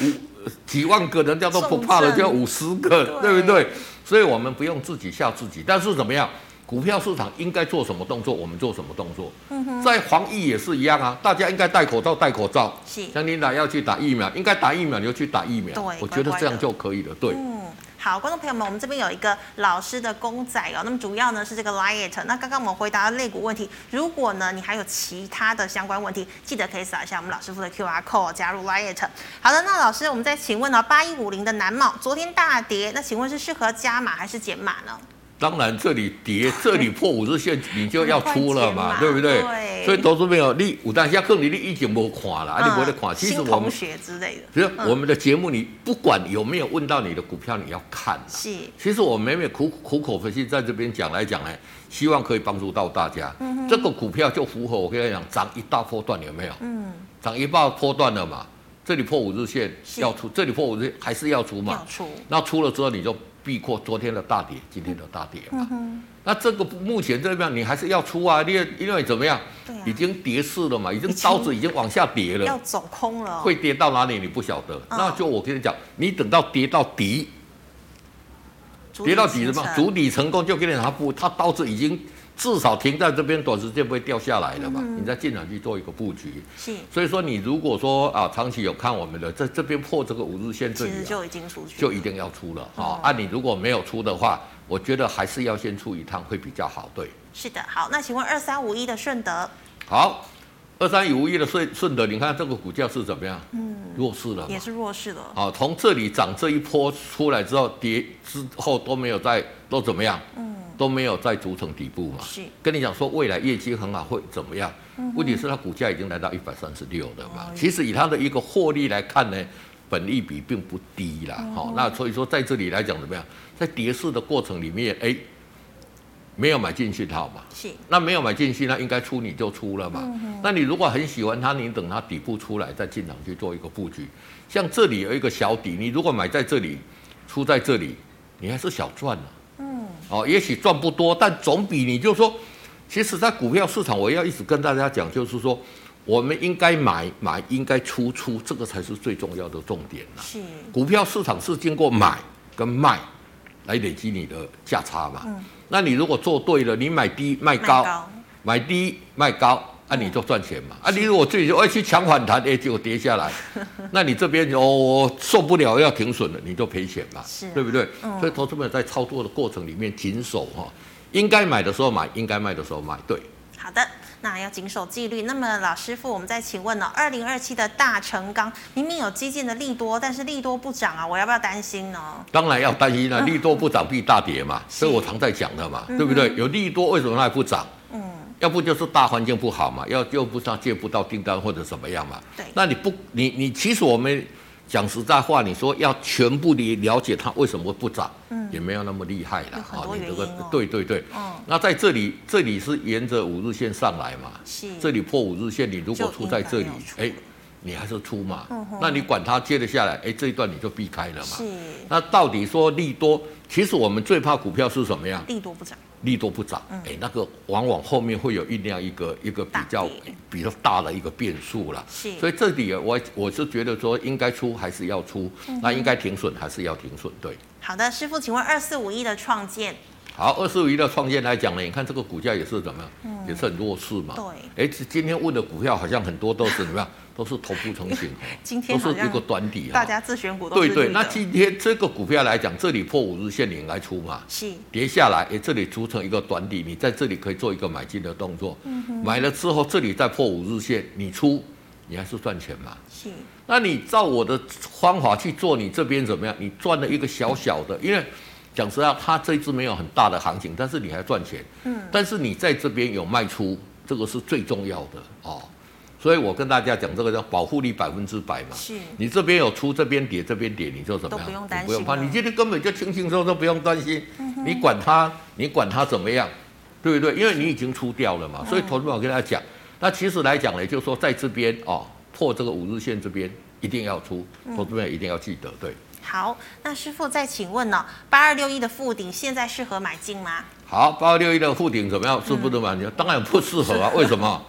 Speaker 2: 五几万个人家都不怕了，
Speaker 1: 重症
Speaker 2: 就五十个，
Speaker 1: 对
Speaker 2: 对不对？所以我们不用自己吓自己，但是怎么样？股票市场应该做什么动作，我们做什么动作。
Speaker 1: 嗯
Speaker 2: 在防疫也是一样啊，大家应该戴口罩，戴口罩。
Speaker 1: 是
Speaker 2: 像琳达要去打疫苗，应该打疫苗你就去打疫苗。
Speaker 1: 对
Speaker 2: 我觉
Speaker 1: 乖
Speaker 2: 得
Speaker 1: 乖
Speaker 2: 这样
Speaker 1: 的
Speaker 2: 就可以了。对，
Speaker 1: 嗯，好，观众朋友们，我们这边有一个老师的公仔哦，那么主要呢是这个 liet。那刚刚我们回答了肋骨问题，如果呢你还有其他的相关问题，记得可以扫一下我们老师傅的 QR code 加入 liet。好的，那老师，我们再请问哦，八一五零的南茂昨天大跌，那请问是适合加码还是减码呢？
Speaker 2: 当然这里 跌，这里破五日线，你就要出了
Speaker 1: 换钱
Speaker 2: 嘛，
Speaker 1: 嘛啊
Speaker 2: 对不对？
Speaker 1: 对
Speaker 2: 所以投资朋友，你有当下啊可能你已经没看了，啊，你没得看。其实
Speaker 1: 新
Speaker 2: 我
Speaker 1: 同
Speaker 2: 们，
Speaker 1: 学之 类的，
Speaker 2: 其实我们的节目，你不管有没有问到你的股票，你要看啊。
Speaker 1: 是
Speaker 2: 其实我每每苦苦口婆心在这边讲来讲呢，希望可以帮助到大家。
Speaker 1: 嗯
Speaker 2: 这个股票就符合我跟你讲，涨一大波段有没有？
Speaker 1: 嗯，
Speaker 2: 涨一大波段了嘛？这里破五日线
Speaker 1: 是
Speaker 2: 要出，这里破五日线还是要出嘛
Speaker 1: 要？出，
Speaker 2: 那出了之后你就避过昨天的大跌，今天的大跌
Speaker 1: 嗯
Speaker 2: 嘛。那这个目前这边你还是要出啊，因为因为怎么样，
Speaker 1: 对啊
Speaker 2: 已经跌势了嘛，已经
Speaker 1: 已经
Speaker 2: 刀子已经往下跌了
Speaker 1: 要。走空了哦，哦
Speaker 2: 会跌到哪里你不晓得，那就我跟你讲，你等到跌到底，
Speaker 1: 主
Speaker 2: 跌到
Speaker 1: 体
Speaker 2: 底什
Speaker 1: 形
Speaker 2: 么？
Speaker 1: 成
Speaker 2: 主底成功就给你拿布，它刀子已经至少停在这边，短时间不会掉下来了嘛。
Speaker 1: 嗯
Speaker 2: 你再进场去做一个布局。
Speaker 1: 是，
Speaker 2: 所以说，你如果说啊，长期有看我们的，在这边破这个五日线这
Speaker 1: 其
Speaker 2: 里、
Speaker 1: 实
Speaker 2: 啊，
Speaker 1: 就已经出去
Speaker 2: 就
Speaker 1: 了，
Speaker 2: 一定要出了哈。
Speaker 1: 哦
Speaker 2: 啊，你如果没有出的话，我觉得还是要先出一趟会比较好。对，
Speaker 1: 是的。好，那请问二三五一的顺德
Speaker 2: 好，二三五一的顺顺德，你看这个股价是怎么样？嗯，弱势了嘛
Speaker 1: 也。是弱势了。
Speaker 2: 啊，从这里涨这一波出来之后，跌之后都没有再都怎么样？嗯，都没有再组成底部嘛。
Speaker 1: 是
Speaker 2: 跟你讲说未来业绩很好会怎么样？问题是它股价已经来到一百三十六了嘛。其实以它的一个获利来看呢，本益比并不低啦。好、那所以说在这里来讲怎么样？在跌势的过程里面，哎，没有买进去好嘛。
Speaker 1: 是
Speaker 2: 那没有买进去，那应该出你就出了嘛。那你如果很喜欢它，你等它底部出来再进场去做一个布局。像这里有一个小底，你如果买在这里，出在这里，你还是小赚了、嗯，哦，也许赚不多，但总比你就说，其实，在股票市场，我要一直跟大家讲，就是说，我们应该买买，应该出出，这个才是最重要的重点啦。
Speaker 1: 是，
Speaker 2: 股票市场是经过买跟卖来累积你的价差嘛。那你如果做对了，你买低卖
Speaker 1: 卖
Speaker 2: 高，买低卖高，啊你就赚钱嘛。啊你如果自己说哎去抢反弹，哎结果跌 下来，那你这边哦我受不了要停损了，你就赔钱嘛，
Speaker 1: 是啊
Speaker 2: 对不对？
Speaker 1: 嗯
Speaker 2: 所以投资朋友在操作的过程里面谨守哈、应该买的时候买，应该卖的时候卖，对。
Speaker 1: 好的，那要谨守纪律。那么老师傅，我们再请问呢、哦，二零二七的大成钢明明有基建的利多，但是利多不涨啊，我要不要担心呢？
Speaker 2: 当然要担心
Speaker 1: 嗯
Speaker 2: 了、利多不涨必大跌嘛，所以我常在讲的嘛，对不对？有利多为什么它还不涨？嗯，要不就是大环境不好嘛，要要不上借不到订单或者怎么样嘛。
Speaker 1: 对
Speaker 2: 那你不，你你其实我们讲实在话，你说要全部的了解它为什么不涨，嗯，也没有那么厉害
Speaker 1: 有
Speaker 2: 了
Speaker 1: 很多
Speaker 2: 你这个
Speaker 1: 原因哦
Speaker 2: 对对对，
Speaker 1: 嗯
Speaker 2: 那在这里这里是沿着五日线上来嘛，
Speaker 1: 是
Speaker 2: 这里破五日线，你如果出在这里
Speaker 1: 就应该要，出嗯
Speaker 2: 哎，你还是出嘛，那你管它接得下来，哎，这一段你就避开了嘛。
Speaker 1: 是
Speaker 2: 那到底说利多，其实我们最怕股票是什么样？
Speaker 1: 利多不涨，
Speaker 2: 利多不涨，
Speaker 1: 嗯
Speaker 2: 哎、那个往往后面会有酝酿一个一个比
Speaker 1: 大
Speaker 2: 较
Speaker 1: 跌
Speaker 2: 比较大的一个变数啦。
Speaker 1: 是
Speaker 2: 所以这里我我是觉得说应该出还是要出，
Speaker 1: 嗯
Speaker 2: 那应该停损还是要停损，对。
Speaker 1: 好的，师傅，请问二四五一的创建
Speaker 2: 好，二四五一的创建来讲呢，你看这个股价也是怎么样，也是很弱势嘛。
Speaker 1: 嗯对
Speaker 2: 哎，今今天问的股票好像很多都是怎么样，都是头部成型哦，
Speaker 1: 今天
Speaker 2: 都
Speaker 1: 好
Speaker 2: 是一
Speaker 1: 像
Speaker 2: 个短底哈
Speaker 1: 大。家自选股都
Speaker 2: 对
Speaker 1: 是
Speaker 2: 对，
Speaker 1: 绿
Speaker 2: 那
Speaker 1: 的
Speaker 2: 今天这个股票来讲，这里破五日线你应该出嘛？
Speaker 1: 是
Speaker 2: 跌下来，诶，这里组成一个短底，你在这里可以做一个买进的动作。买了之后，这里再破五日线，你出，你还是赚钱嘛？
Speaker 1: 是
Speaker 2: 那你照我的方法去做，你这边怎么样？你赚了一个小小的，因为讲实话，它这一只没有很大的行情，但是你还赚钱。嗯，但是你在这边有卖出，这个是最重要的哦。所以我跟大家讲，这个叫保护力百分之百嘛。
Speaker 1: 是
Speaker 2: 你这边有出，这边跌，这边跌，你就怎么
Speaker 1: 都
Speaker 2: 样？
Speaker 1: 不用
Speaker 2: 你
Speaker 1: 担心
Speaker 2: 不用怕，
Speaker 1: 了嗯
Speaker 2: 你今天根本就轻轻松松，不用担心。你管它，你管它怎么样，对不对？因为你已经出掉了
Speaker 1: 嗯
Speaker 2: 嘛。所以投资朋友跟大家讲，那其实来讲呢，就是说在这边哦，破这个五日线这边一定要出，
Speaker 1: 嗯
Speaker 2: 投资朋友一定要记得，对。
Speaker 1: 好。那师傅再请问呢、哦，八二六一的附顶现在适合买进吗？
Speaker 2: 好，八六一的护顶怎么样？是不是蛮牛？当然不适合啊，为什么？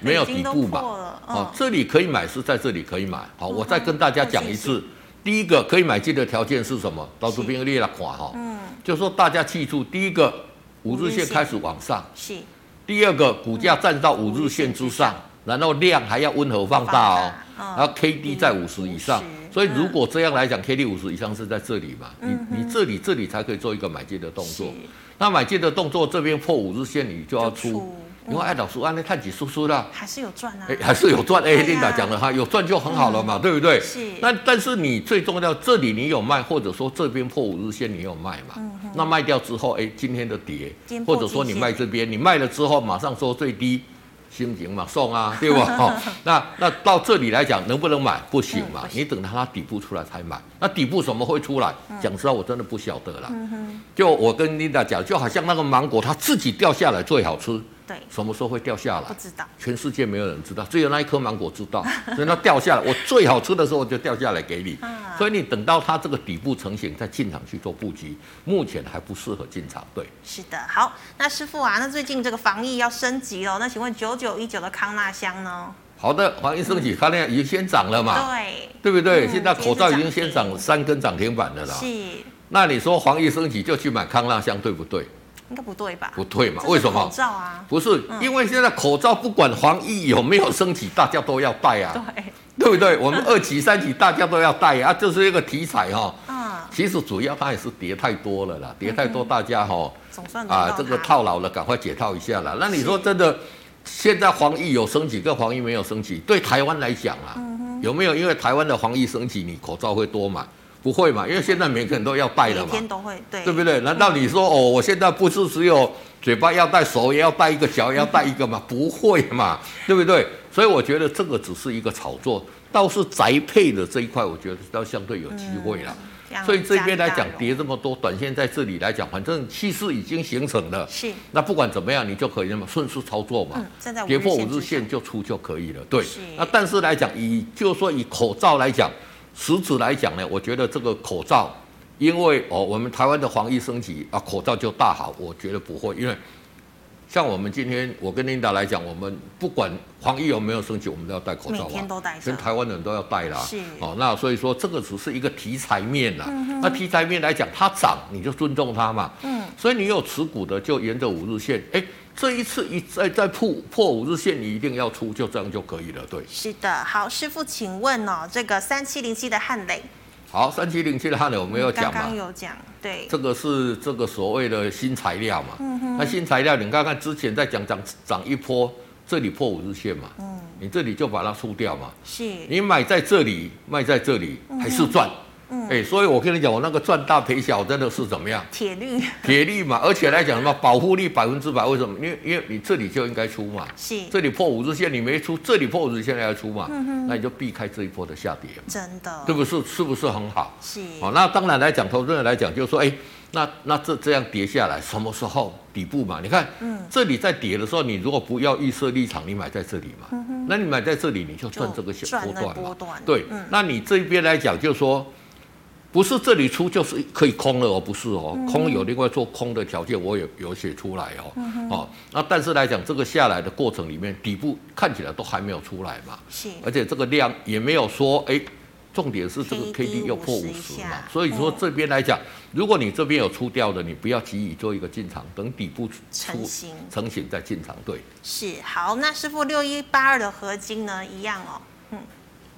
Speaker 2: 没有底部
Speaker 1: 已经都
Speaker 2: 嘛
Speaker 1: 破了。嗯
Speaker 2: 哦，这里可以买是在这里可以买。好，我再跟大家讲一次，第一个可以买进的条件是什么？到这边列了款哈。嗯，就说大家记住，第一个五日线开始往上。
Speaker 1: 是
Speaker 2: 第二个，股价站到五日线之上，然后量还要温和放大哦，
Speaker 1: 放大嗯
Speaker 2: 然后 K D 在五十以嗯上
Speaker 1: 50，
Speaker 2: 所以如果这样来讲，K D 五十以上是在这里嘛，你你这里这里才可以做一个买进的动作
Speaker 1: 是。
Speaker 2: 那买进的动作这边破五日线，你就要
Speaker 1: 就
Speaker 2: 出嗯
Speaker 1: 出。
Speaker 2: 因为艾老师，安利看起输出啦，
Speaker 1: 还是有赚啊
Speaker 2: 哎，，还是有赚。哎，
Speaker 1: 对啊嗯
Speaker 2: 琳达讲了哈，有赚就很好了嘛，对不对？
Speaker 1: 是
Speaker 2: 那但是你最重要，这里你有卖，或者说这边破五日线你有卖嘛？那卖掉之后，哎，今天的跌
Speaker 1: 嗯今天，破
Speaker 2: 或者说
Speaker 1: 季
Speaker 2: 你
Speaker 1: 线
Speaker 2: 卖这边，你卖了之后马上说最低。心情嘛，送啊，对吧？哦，那那到这里来讲，能不能买？不行嘛，
Speaker 1: 嗯不行嗯
Speaker 2: 你等到它底部出来才买。那底部什么会出来？讲实话，我真的不晓得啦。就我跟琳达讲，就好像那个芒果，它自己掉下来最好吃，
Speaker 1: 对，
Speaker 2: 什么时候会掉下来
Speaker 1: 不？知道
Speaker 2: 全世界没有人知道，只有那一颗芒果知道。所以它掉下来，我最好吃的时候我就掉下来给你。
Speaker 1: 啊
Speaker 2: 所以你等到它这个底部成型再进场去做布局，目前还不适合进场。对，
Speaker 1: 是的。好，那师傅啊，那最近这个防疫要升级了，那请问九九一九的康纳香呢？
Speaker 2: 好的，黄医生，你看那已经先涨了嘛，
Speaker 1: 对，
Speaker 2: 对不对？
Speaker 1: 嗯
Speaker 2: 现在口罩已经先
Speaker 1: 今
Speaker 2: 涨
Speaker 1: 天是
Speaker 2: 三根涨停板了啦。
Speaker 1: 是
Speaker 2: 那你说黄医生你就去买康纳香，对不对？
Speaker 1: 应该不对吧？
Speaker 2: 不对嘛
Speaker 1: 这？是
Speaker 2: 为什
Speaker 1: 口
Speaker 2: 么？
Speaker 1: 罩啊，
Speaker 2: 不是，因为现在口罩不管黄疫有没有升级，大家都要戴啊，
Speaker 1: 对，
Speaker 2: 对不对？我们二级、三级大家都要戴啊，这是一个题材哈、
Speaker 1: 嗯，
Speaker 2: 其实主要它也是跌太多了啦，跌太多大家哈、
Speaker 1: 总算轮
Speaker 2: 啊
Speaker 1: 到
Speaker 2: 这个
Speaker 1: 他
Speaker 2: 套牢了，赶快解套一下啦。那你说真的，现在黄奕有升级跟黄奕没有升级，对台湾来讲啊，
Speaker 1: 嗯
Speaker 2: 有没有因为台湾的黄奕升级，你口罩会多买？不会嘛，因为现在每个人都要戴了
Speaker 1: 每
Speaker 2: 嘛，
Speaker 1: 天嗯都会对，
Speaker 2: 对不对？难道你说哦，我现在不是只有嘴巴要戴，手也要戴一个，脚也要戴一个 吗？不会嘛，对不对？所以我觉得这个只是一个炒作，倒是宅配的这一块，我觉得要相对有机会啦。
Speaker 1: 嗯样
Speaker 2: 所以这边来
Speaker 1: 啊加
Speaker 2: 讲
Speaker 1: 力大
Speaker 2: 跌这么多，短线在这里来讲，反正气势已经形成了。
Speaker 1: 是
Speaker 2: 那不管怎么样，你就可以那么顺势操作嘛。
Speaker 1: 嗯站在五日
Speaker 2: 跌破
Speaker 1: 线
Speaker 2: 五
Speaker 1: 之
Speaker 2: 日线就出就可以了。对
Speaker 1: 是，
Speaker 2: 那但是来讲，以就说以口罩来讲，实质来讲呢，我觉得这个口罩，因为哦，我们台湾的防疫升级啊，口罩就大好，我觉得不会，因为。像我们今天，我跟琳达来讲，我们不管防疫有没有升级，我们都要戴口罩啊，
Speaker 1: 每天都戴着
Speaker 2: 全台湾人都要戴啦。
Speaker 1: 是
Speaker 2: 哦，那所以说这个只是一个题材面啦。那题材面来讲，它涨你就尊重它嘛。
Speaker 1: 嗯，
Speaker 2: 所以你有持股的就沿着五日线，哎，这一次一再再破破五日线，你一定要出，就这样就可以了。对，
Speaker 1: 是的，好，师傅，请问哦，这个三七零七的汉磊，
Speaker 2: 好，三七零七的汉呢，我们
Speaker 1: 嗯
Speaker 2: 要
Speaker 1: 刚
Speaker 2: 讲嘛
Speaker 1: 刚。有讲，对，
Speaker 2: 这个是这个所谓的新材料嘛，
Speaker 1: 嗯
Speaker 2: 那新材料你看看之前在讲涨涨一波，这里破五日线嘛，
Speaker 1: 嗯
Speaker 2: 你这里就把它出掉嘛，
Speaker 1: 是
Speaker 2: 你买在这里，卖在这里
Speaker 1: 嗯
Speaker 2: 还是赚，哎、所以我跟你讲，我那个赚大赔小真的是怎么样？
Speaker 1: 铁律，
Speaker 2: 铁力嘛，而且来讲什么保护力百分之百，为什么？因为因为你这里就应该出嘛，
Speaker 1: 是嗯
Speaker 2: 这里破五日线你没出，这里破五日线要出嘛，那你就避开这一波的下跌嘛，
Speaker 1: 真的，
Speaker 2: 对不是？是不是很好？
Speaker 1: 哦是
Speaker 2: 好，那当然来讲，投资人来讲，就是说，哎、那那这这样跌下来，什么时候底部嘛？你看，
Speaker 1: 嗯
Speaker 2: 这里在跌的时候，你如果不要预设立场，你买在这里嘛，那你买在这里，你就赚这个小
Speaker 1: 嗯赚
Speaker 2: 波
Speaker 1: 那
Speaker 2: 段嘛。
Speaker 1: 波段，
Speaker 2: 对，
Speaker 1: 嗯，
Speaker 2: 那你这边来讲，就是说，不是这里出就是可以空了哦，不是哦，
Speaker 1: 嗯
Speaker 2: 空有另外做空的条件，我也有写出来哦，
Speaker 1: 嗯
Speaker 2: 哦，那但是来讲，这个下来的过程里面，底部看起来都还没有出来嘛，
Speaker 1: 是
Speaker 2: 而且这个量也没有说，哎、重点是这个 K
Speaker 1: KD
Speaker 2: D 要破
Speaker 1: 50
Speaker 2: 五
Speaker 1: 以
Speaker 2: 十
Speaker 1: 下
Speaker 2: 嘛，所以说
Speaker 1: 嗯
Speaker 2: 这边来讲，如果你这边有出掉的，你不要急于做一个进场，等底部出
Speaker 1: 成型
Speaker 2: 成型再进场。对，
Speaker 1: 是好，那师傅六一八二的合金呢，一样哦，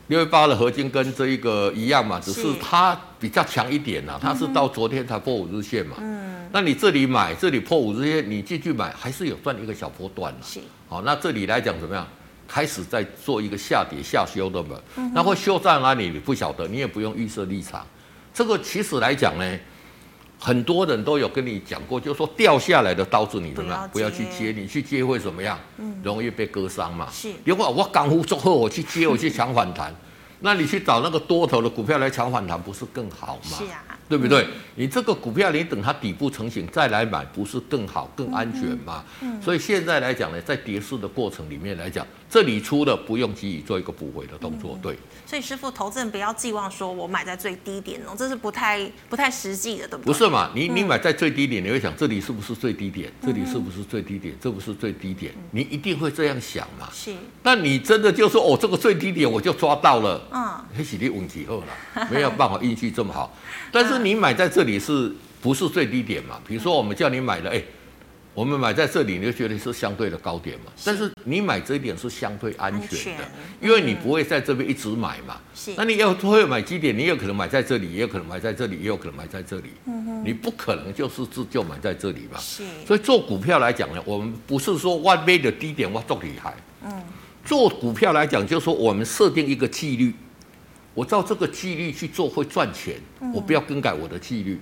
Speaker 2: 六月八的合金跟这一个一样嘛，只是
Speaker 1: 是
Speaker 2: 它比较强一点啦、它是到昨天才破五日线嘛。嗯，那你这里买，这里破五日线，你继续买，还是有赚一个小波段啦。啊
Speaker 1: 是
Speaker 2: 好，那这里来讲怎么样？开始在做一个下跌下修的嘛，那会修在哪里你不晓得，你也不用预设立场。这个其实来讲呢，很多人都有跟你讲过，就是说掉下来的刀子你怎么样？
Speaker 1: 不
Speaker 2: 不
Speaker 1: 要
Speaker 2: 要
Speaker 1: 接
Speaker 2: 去接，你去接会怎么样？容易被割伤嘛。
Speaker 1: 是
Speaker 2: 如果我港股做后我去接，我去抢反弹，那你去找那个多头的股票来抢反弹，不是更好吗？
Speaker 1: 是啊，
Speaker 2: 对不对？你这个股票你等它底部成型再来买，不是更好、更安全吗？所以现在来讲呢，在跌势的过程里面来讲，这里出了不用急于做一个补回的动作，对，
Speaker 1: 所以师傅投资人不要寄望说我买在最低点哦，这是不太不太实际的，对不
Speaker 2: 不
Speaker 1: 对？
Speaker 2: 是嘛？你你买在最低点，你会想这里是不是最低点？这里是不是最低点？这不是最低点，你一定会这样想嘛？
Speaker 1: 是，
Speaker 2: 那你真的就说哦，这个最低点我就抓到了，
Speaker 1: 嗯，
Speaker 2: 黑喜力运气后了，没有办法运气 这么好。但是你买在这里是不是最低点嘛？比如说我们叫你买了，哎、我们买在这里，你就觉得是相对的高点嘛。但是你买这一点是相对安全
Speaker 1: 安
Speaker 2: 的，
Speaker 1: 全嗯
Speaker 2: 因为你不会在这边一直买嘛。
Speaker 1: 是
Speaker 2: 那你要会买基点，你有可能买在这里，也有可能买在这里，也有可能买在这里。
Speaker 1: 嗯
Speaker 2: 你不可能就是自就买在这里嘛。
Speaker 1: 是
Speaker 2: 所以做股票来讲呢，我们不是说我买的低点我做厉害，嗯，做股票来讲，就是说我们设定一个纪律，我照这个纪律去做会赚钱，我不要更改我的纪律。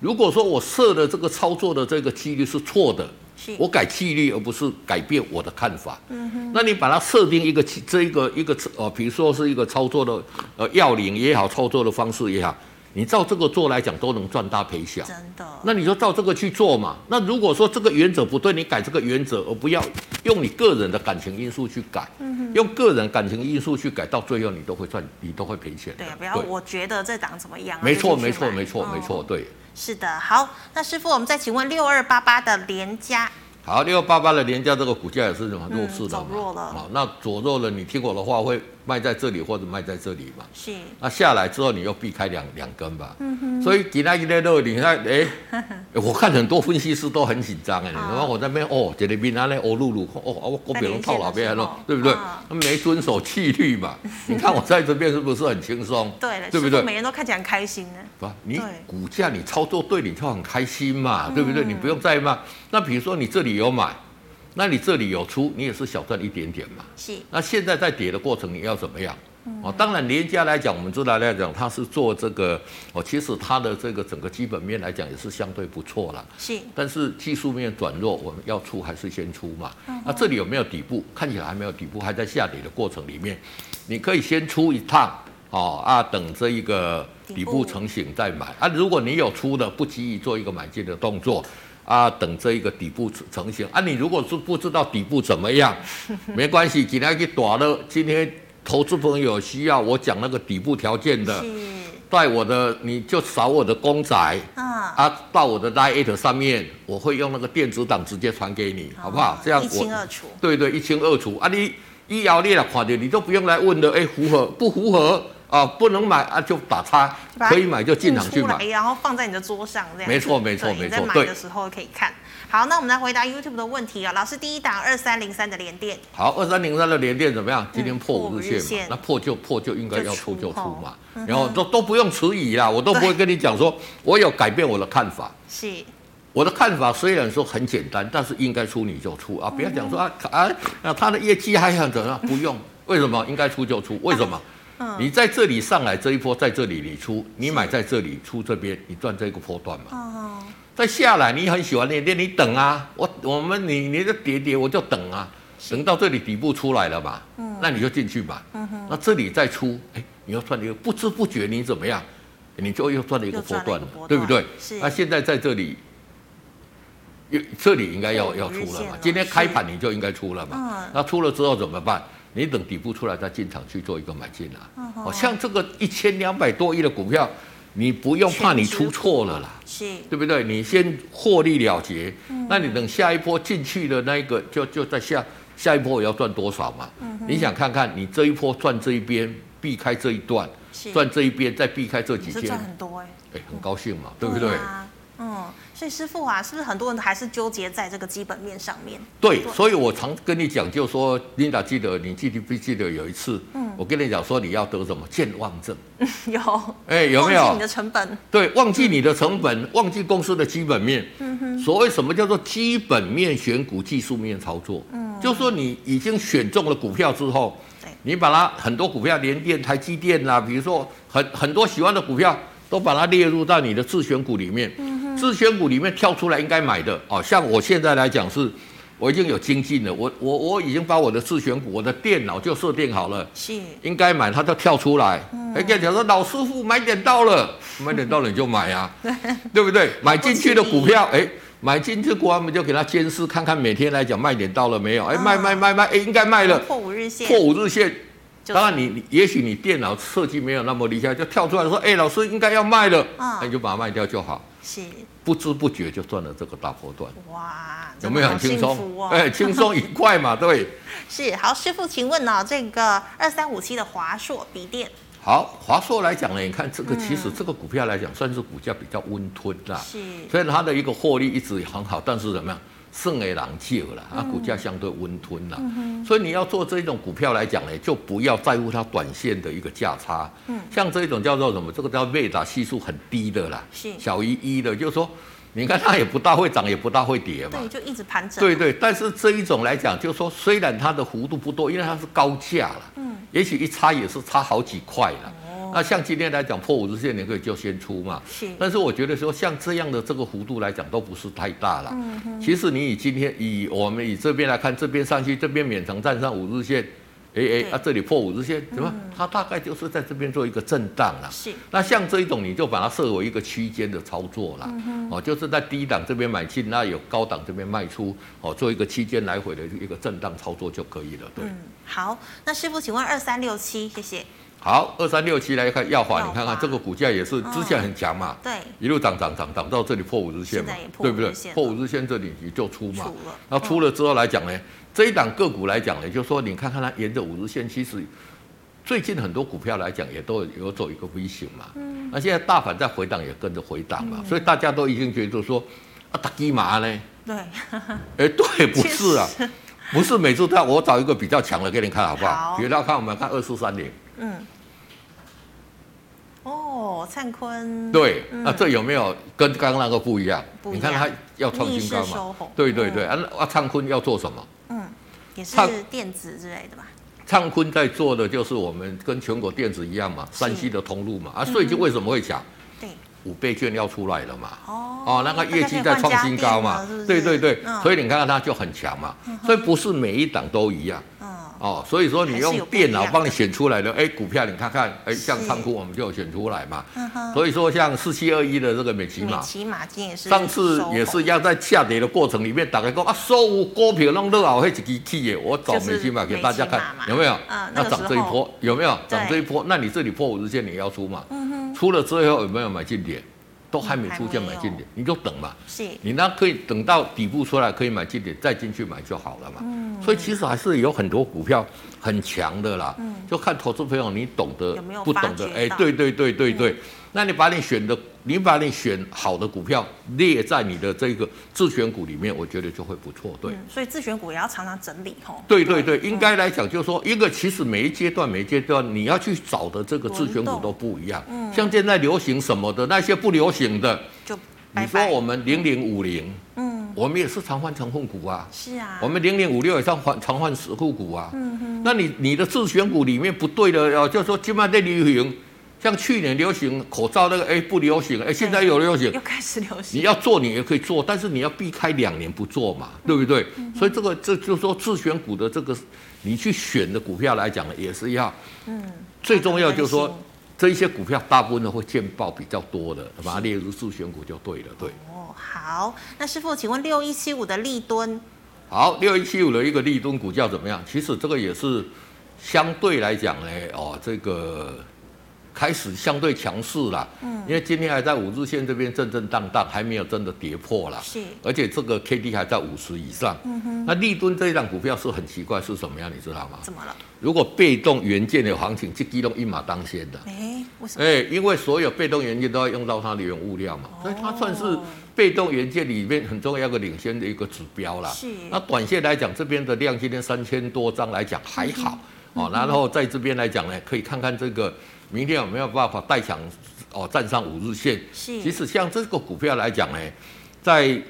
Speaker 2: 如果说我设的这个操作的这个纪律是错的，
Speaker 1: 是
Speaker 2: 我改纪律而不是改变我的看法。嗯那你把它设定一个纪这一个一个呃，比如说是一个操作的呃要领也好，操作的方式也好，你照这个做来讲都能赚大赔小。
Speaker 1: 真的，
Speaker 2: 那你就照这个去做嘛。那如果说这个原则不对，你改这个原则，而不要用你个人的感情因素去改，
Speaker 1: 嗯
Speaker 2: 用个人感情因素去改，到最后你都会赚，你都会赔钱的。
Speaker 1: 对，啊不要我觉得这档怎么样啊，
Speaker 2: 没错，
Speaker 1: 就进
Speaker 2: 没
Speaker 1: 去
Speaker 2: 错，
Speaker 1: 买
Speaker 2: 没错，没。
Speaker 1: 哦
Speaker 2: 错，对。
Speaker 1: 是的，好，那师傅，我们再请问六二八八的联家
Speaker 2: 好，六八八的廉价这个股价也是很弱势的嘛
Speaker 1: 嗯走，弱了
Speaker 2: 好，那左弱了，你听我的话会卖在这里或者卖在这里嘛？
Speaker 1: 是
Speaker 2: 那下来之后，你又避开两两根吧。
Speaker 1: 嗯
Speaker 2: 所以今天一天你看， 哎、我看很多分析师都很紧张哎，你
Speaker 1: 啊
Speaker 2: 说我在那边哦，这里边那里哦，露露哦，啊我我别人套老边了，
Speaker 1: 在连线的时候
Speaker 2: 对不对
Speaker 1: 啊？
Speaker 2: 他没遵守纪律 嘛。你看我在这边是不是很轻松？
Speaker 1: 对了，
Speaker 2: 对不
Speaker 1: 师
Speaker 2: 对
Speaker 1: 傅？每人都看起来很开心呢。
Speaker 2: 不，你
Speaker 1: 对嗯
Speaker 2: 股价你操作对，你就很开心嘛，对不对？你不用再骂。那比如说你这里有买，那你这里有出，你也是小赚一点点嘛。
Speaker 1: 是
Speaker 2: 那现在在跌的过程，你要怎么样？哦，当然，连家来讲，我们知道来讲，它是做这个哦，其实它的这个整个基本面来讲也是相对不错啦。
Speaker 1: 是，
Speaker 2: 但是技术面转弱，我们要出还是先出嘛？那这里有没有底部？看起来还没有底部，还在下跌的过程里面，你可以先出一趟哦啊，等这一个
Speaker 1: 底
Speaker 2: 底
Speaker 1: 部
Speaker 2: 部成型再买啊。如果你有出的，不急于做一个买进的动作。啊，等这一个底部成成型啊！你如果是不知道底部怎么样，没关系，今天去打了。今天投资朋友需要我讲那个底部条件的，
Speaker 1: 是
Speaker 2: 在我的你就扫我的公仔，
Speaker 1: 啊，
Speaker 2: 啊，到我的 Line 上面，我会用那个电子档直接传给你，好不好？这样
Speaker 1: 一清
Speaker 2: 我
Speaker 1: 二楚。
Speaker 2: 对对一清二楚啊！你一摇你了垮掉，你都不用来问的，哎，符合不符合啊？不能买啊，就打叉
Speaker 1: 就把，它
Speaker 2: 可以买就进场
Speaker 1: 印
Speaker 2: 去
Speaker 1: 出来
Speaker 2: 买。
Speaker 1: 然后放在你的桌上这样。
Speaker 2: 没错没错
Speaker 1: 对
Speaker 2: 没错
Speaker 1: 你在买
Speaker 2: 对
Speaker 1: 的时候可以看。好，那我们来回答 YouTube 的问题啊、老师，第一档二三零三的连电，
Speaker 2: 好，二三零三的连电怎么样？今天破
Speaker 1: 嗯破
Speaker 2: 五
Speaker 1: 五
Speaker 2: 日
Speaker 1: 日
Speaker 2: 线嘛，
Speaker 1: 线
Speaker 2: 那破就破就应该
Speaker 1: 就
Speaker 2: 要
Speaker 1: 出嗯
Speaker 2: 出就出
Speaker 1: 吼
Speaker 2: 嘛，然后都都不用迟疑啦，我都不会跟你讲说我有改变我的看法。
Speaker 1: 是
Speaker 2: 我的看法虽然说很简单，但是应该出你就出啊，不要讲说啊啊啊，他的业绩还很怎样，不用，为什么应该出就出？为什么？
Speaker 1: 嗯
Speaker 2: 你在这里上来这一波，在这里你出，你买在这里出这边，你赚这个波段嘛。
Speaker 1: 哦，
Speaker 2: 再下来你很喜欢练练，你等啊，我我们你你就跌跌，我就等啊，等到这里底部出来了嘛，
Speaker 1: 嗯
Speaker 2: 那你就进去嘛，那这里再出，哎，你又赚了一个，不知不觉你怎么样，你就又赚了一个
Speaker 1: 又
Speaker 2: 波
Speaker 1: 赚了一
Speaker 2: 段
Speaker 1: 个
Speaker 2: 了，
Speaker 1: 波段
Speaker 2: 对不对
Speaker 1: 是？
Speaker 2: 那现在在这里。又这里应该要
Speaker 1: 对
Speaker 2: 要
Speaker 1: 五
Speaker 2: 出
Speaker 1: 日
Speaker 2: 了
Speaker 1: 线
Speaker 2: 嘛
Speaker 1: 了，
Speaker 2: 今天开
Speaker 1: 是
Speaker 2: 盘你就应该出了嘛
Speaker 1: 嗯。
Speaker 2: 那出了之后怎么办？你等底部出来再进场去做一个买进啊。
Speaker 1: 哦
Speaker 2: 好、像这个一千两百多亿的股票，你不用怕你
Speaker 1: 全值
Speaker 2: 出错了啦。
Speaker 1: 是
Speaker 2: 对不对？你先获利了结，
Speaker 1: 嗯
Speaker 2: 那你等下一波进去的那一个，就就在下下一波也要赚多少嘛？
Speaker 1: 嗯
Speaker 2: 你想看看你这一波赚这一边，避开这一段，
Speaker 1: 是，
Speaker 2: 赚这一边，再避开这
Speaker 1: 你
Speaker 2: 几
Speaker 1: 是
Speaker 2: 天
Speaker 1: 赚，很多哎、
Speaker 2: 哎，很高兴嘛，对不对？
Speaker 1: 啊嗯，所以师傅啊，是不是很多人还是纠结在这个基本面上面？
Speaker 2: 对，所以我常跟你讲，就说 Linda 记得，你记得不记得有一次，
Speaker 1: 嗯
Speaker 2: 我跟你讲说你要得什么健忘症，
Speaker 1: 有，
Speaker 2: 哎，有没
Speaker 1: 忘记
Speaker 2: 有
Speaker 1: 你的？成本？
Speaker 2: 对，忘记你的成本，忘记公司的基本面。
Speaker 1: 嗯
Speaker 2: 所谓什么叫做基本面选股、技术面操作？嗯，就是说你已经选中了股票之后
Speaker 1: 对，
Speaker 2: 你把它很多股票，联电、台积电啦、比如说很很多喜欢的股票，都把它列入到你的自选股里面。自选股里面挑出来应该买的哦，像我现在来讲是。我已经有精进了，我我我已经把我的自选股，我的电脑就设定好了，
Speaker 1: 是
Speaker 2: 应该买，他就跳出来，哎、跟你讲说老师傅买点到了，买点到了你就买啊，对不对？买进去的股票，哎、买进去股票我们就给他监视，看看每天来讲卖点到了没有，哎、
Speaker 1: 啊
Speaker 2: 卖卖卖卖，哎、应该卖了，
Speaker 1: 破五日线，
Speaker 2: 破五日线。
Speaker 1: 就是
Speaker 2: 当然你，你也许你电脑设计没有那么理想，就跳出来说：“哎、
Speaker 1: 嗯
Speaker 2: 老师应该要卖了。
Speaker 1: 啊
Speaker 2: 那你就把它卖掉就好，
Speaker 1: 是
Speaker 2: 不知不觉就赚了这个大波段，
Speaker 1: 哇，
Speaker 2: 有没
Speaker 1: 真的
Speaker 2: 有
Speaker 1: 好
Speaker 2: 很轻
Speaker 1: 幸福
Speaker 2: 松？
Speaker 1: 哦
Speaker 2: 哎、轻松愉 快嘛，对。
Speaker 1: 是好，师傅，请问呢、这个二三五七的华硕笔电
Speaker 2: 好，华硕来讲呢，你看这
Speaker 1: 嗯
Speaker 2: 个其实这个股票来讲，算是股价比较温吞啦。
Speaker 1: 是
Speaker 2: 虽然它的一个获利一直很好，但是怎么样？胜诶朗气了啦，啊，股价相对温吞啦。所以你要做这一种股票来讲呢，就不要在乎它短线的一个价差。嗯，像这一种叫做什么？这个叫贝塔系数很低的啦，
Speaker 1: 是
Speaker 2: 小于一的，就是说，你看它也不大会涨，也不大会跌嘛
Speaker 1: 对，。就一直盘整。
Speaker 2: 对对，但是这一种来讲，就是说虽然它的幅度不多，因为它是高价了，嗯，哦也许一差也是差好几块了。那像今天来讲破五日线，你可以就先出嘛。
Speaker 1: 是
Speaker 2: 但是我觉得说像这样的这个幅度来讲，都不是太大了。嗯其实你以今天以我们以这边来看，这边上去，这边勉强站上五日线，哎哎，啊这里破五日线，对吧？它大概就是在这边做一个震荡了。
Speaker 1: 是
Speaker 2: 那像这一种，你就把它设为一个区间的操作啦，哦，就是在低档这边买进，那有高档这边卖出，哦，做一个区间来回的一个震荡操作就可以了。对，
Speaker 1: 嗯，好，那师傅，请问二三六七，谢谢。
Speaker 2: 好，二三六七来看耀华，哦
Speaker 1: 耀华
Speaker 2: 你看看这个股价也是
Speaker 1: 嗯
Speaker 2: 之前很强嘛，
Speaker 1: 对，
Speaker 2: 一路涨涨涨涨到这里破五日线
Speaker 1: 现
Speaker 2: 嘛
Speaker 1: 在也，破
Speaker 2: 对不对
Speaker 1: 50线？了
Speaker 2: 破五日线这里你就出嘛
Speaker 1: 出了，
Speaker 2: 那出了之后来讲呢，这一档个股来讲呢，就说你看看它沿着五日线，其实最近很多股票来讲也都有走一个 V 型嘛，嗯，那现在大盘在回档也跟着回档嘛，所以大家都已经觉得说啊，打鸡麻呢？
Speaker 1: 对，
Speaker 2: 哎，对，不是啊，不是每次都要我找一个比较强的给你看好不好？
Speaker 1: 好
Speaker 2: 比如大家看我们看二四三零，
Speaker 1: 嗯，哦，灿坤，
Speaker 2: 对，
Speaker 1: 嗯
Speaker 2: 那、这有没有跟刚刚那个不一样？
Speaker 1: 不一
Speaker 2: 你
Speaker 1: 样
Speaker 2: 看它要创新高
Speaker 1: 逆势收
Speaker 2: 嘛
Speaker 1: 红？
Speaker 2: 对对对，啊那啊，灿坤要做什么？
Speaker 1: 嗯，也是
Speaker 2: 灿
Speaker 1: 电子之类的吧？
Speaker 2: 灿坤在做的就是我们跟全国电子一样嘛，
Speaker 1: 是嗯
Speaker 2: 山西的通路嘛，啊，最近为什么会强？
Speaker 1: 对，
Speaker 2: 五倍券要出来了嘛，
Speaker 1: 哦，
Speaker 2: 哦，那个业绩在创新高嘛
Speaker 1: 大家可以换家电了是不，是
Speaker 2: 对对对，
Speaker 1: 嗯
Speaker 2: 所以你看看它就很强嘛，所以不是每一档都一样
Speaker 1: 嗯，
Speaker 2: 哦，所以说你
Speaker 1: 还是有
Speaker 2: 用
Speaker 1: 不一样
Speaker 2: 电
Speaker 1: 的
Speaker 2: 脑帮你选出来的，哎，股票你看看，哎，像
Speaker 1: 是
Speaker 2: 仓库我们就有选出来嘛，
Speaker 1: 嗯哼，
Speaker 2: 所以说像四七二一的这个美琪
Speaker 1: 美
Speaker 2: 嘛，
Speaker 1: 骑马今也是收
Speaker 2: 上
Speaker 1: 红，
Speaker 2: 次也是一样，在下跌的过程里面，大家讲啊，所有股票弄热好，那一支企业，我找美金嘛
Speaker 1: 就是
Speaker 2: 给大家看
Speaker 1: 美金嘛嘛，
Speaker 2: 有没有？
Speaker 1: 嗯那
Speaker 2: 那
Speaker 1: 个
Speaker 2: 涨这一
Speaker 1: 时候
Speaker 2: 波有没有？
Speaker 1: 对嗯
Speaker 2: 涨这一波，那你这里破五日线你要出嘛？出了之后有没有买进点？都还没出现
Speaker 1: 嗯还没
Speaker 2: 买
Speaker 1: 有
Speaker 2: 进点，你就等嘛。
Speaker 1: 是
Speaker 2: 你那可以等到底部出来可以买进点，再进去买就好了嘛。
Speaker 1: 嗯
Speaker 2: 所以其实还是有很多股票很强的啦，就看投资朋友你懂得
Speaker 1: 嗯有没有
Speaker 2: 不懂
Speaker 1: 发
Speaker 2: 得
Speaker 1: 掘，
Speaker 2: 哎，
Speaker 1: 到嗯
Speaker 2: 对对对对对。那你把你选的，你把你选好的股票列在你的这个自选股里面，我觉得就会不错，对。
Speaker 1: 嗯，所以自选股也要常常整理吼。
Speaker 2: 对对对，应该来讲，就是说，一个其实每一阶段、每一阶段你要去找的这个自选股都不一样。
Speaker 1: 嗯
Speaker 2: 像现在流行什么的，那些不流行的，
Speaker 1: 就
Speaker 2: 你
Speaker 1: 拜
Speaker 2: 说
Speaker 1: 拜。
Speaker 2: 我们零零五零，
Speaker 1: 嗯，
Speaker 2: 我们也是常换成分股啊。
Speaker 1: 是啊，嗯
Speaker 2: 我们零点五六以上换常换实户股啊。那你你的自选股里面不对的，哦，就是说今晚在流行，像去年流行口罩那个，哎不流行，哎现在有流行
Speaker 1: 又。开始流
Speaker 2: 你
Speaker 1: 行。
Speaker 2: 要做，你也可以做，但是你要避开两年不做
Speaker 1: 嗯
Speaker 2: 嘛，对不对？所以这个这就是说自选股的这个，你去选的股票来讲呢，也是要
Speaker 1: 嗯，
Speaker 2: 最重要就是
Speaker 1: 担
Speaker 2: 说
Speaker 1: 心，
Speaker 2: 这一些股票大部分会见报比较多的，把它列入自选股就对了，对。
Speaker 1: 哦，好，那师傅，请问六一七五的立敦，
Speaker 2: 好，六一七五的一个立吨股价怎么样？其实这个也是相对来讲呢，哦，这个开始相对强势啦。嗯，因为今天还在五日线这边震震荡荡，还没有真的跌破啦。
Speaker 1: 是
Speaker 2: 而且这个 K D 还在五十以上。嗯哼。那立吨这一档股票是很奇怪，是什么样？你知道吗？
Speaker 1: 怎么了？
Speaker 2: 如果被动元件的行情，这激动一马当先的。
Speaker 1: 哎，为什么？哦
Speaker 2: 哎，因为所有被动元件都要用到它的原物料嘛，所以它算是被动元件里面很重要的领先的一个指标啦。
Speaker 1: 是
Speaker 2: 那短线来讲，这边的量今天三千多张来讲还好
Speaker 1: 嗯
Speaker 2: 哦，然后在这边来讲呢，可以看看这个明天有没有办法带强哦，站上五日线。
Speaker 1: 是
Speaker 2: 其实像这个股票来讲呢，在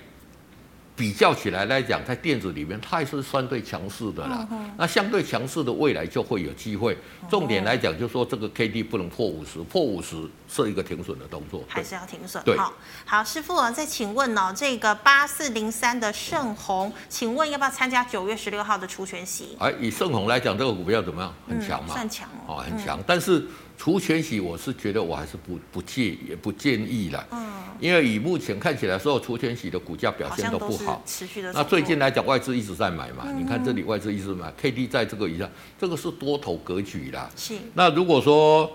Speaker 2: 比较起来来讲，在电子里面它也是相对强势的啦。
Speaker 1: 嗯
Speaker 2: 那相对强势的未来就会有机会。
Speaker 1: 哦
Speaker 2: 重点来讲，就是说这个 K D 不能破五十，破五十是一个停损的动作。
Speaker 1: 还
Speaker 2: 对，
Speaker 1: 是要停损。
Speaker 2: 对
Speaker 1: 好，好，师傅啊，再请问哦，这个八四零三的盛虹，请问要不要参加九月十六号的除权息？
Speaker 2: 而哎以盛虹来讲，这个股票怎么样？很强嘛，
Speaker 1: 算强哦。
Speaker 2: 哦，很强。但是除权息，我是觉得我还是不不介也不建议啦。
Speaker 1: 嗯，
Speaker 2: 因为以目前看起来，所有除权息的股价表
Speaker 1: 好
Speaker 2: 现
Speaker 1: 像
Speaker 2: 都
Speaker 1: 都
Speaker 2: 不
Speaker 1: 是
Speaker 2: 好。
Speaker 1: 持续的走弱。
Speaker 2: 那最近来讲，外资一直在买嘛，
Speaker 1: 嗯
Speaker 2: 你看这里外资一直买，K D 在这个以上，这个是多头格局啦。
Speaker 1: 是
Speaker 2: 那如果说，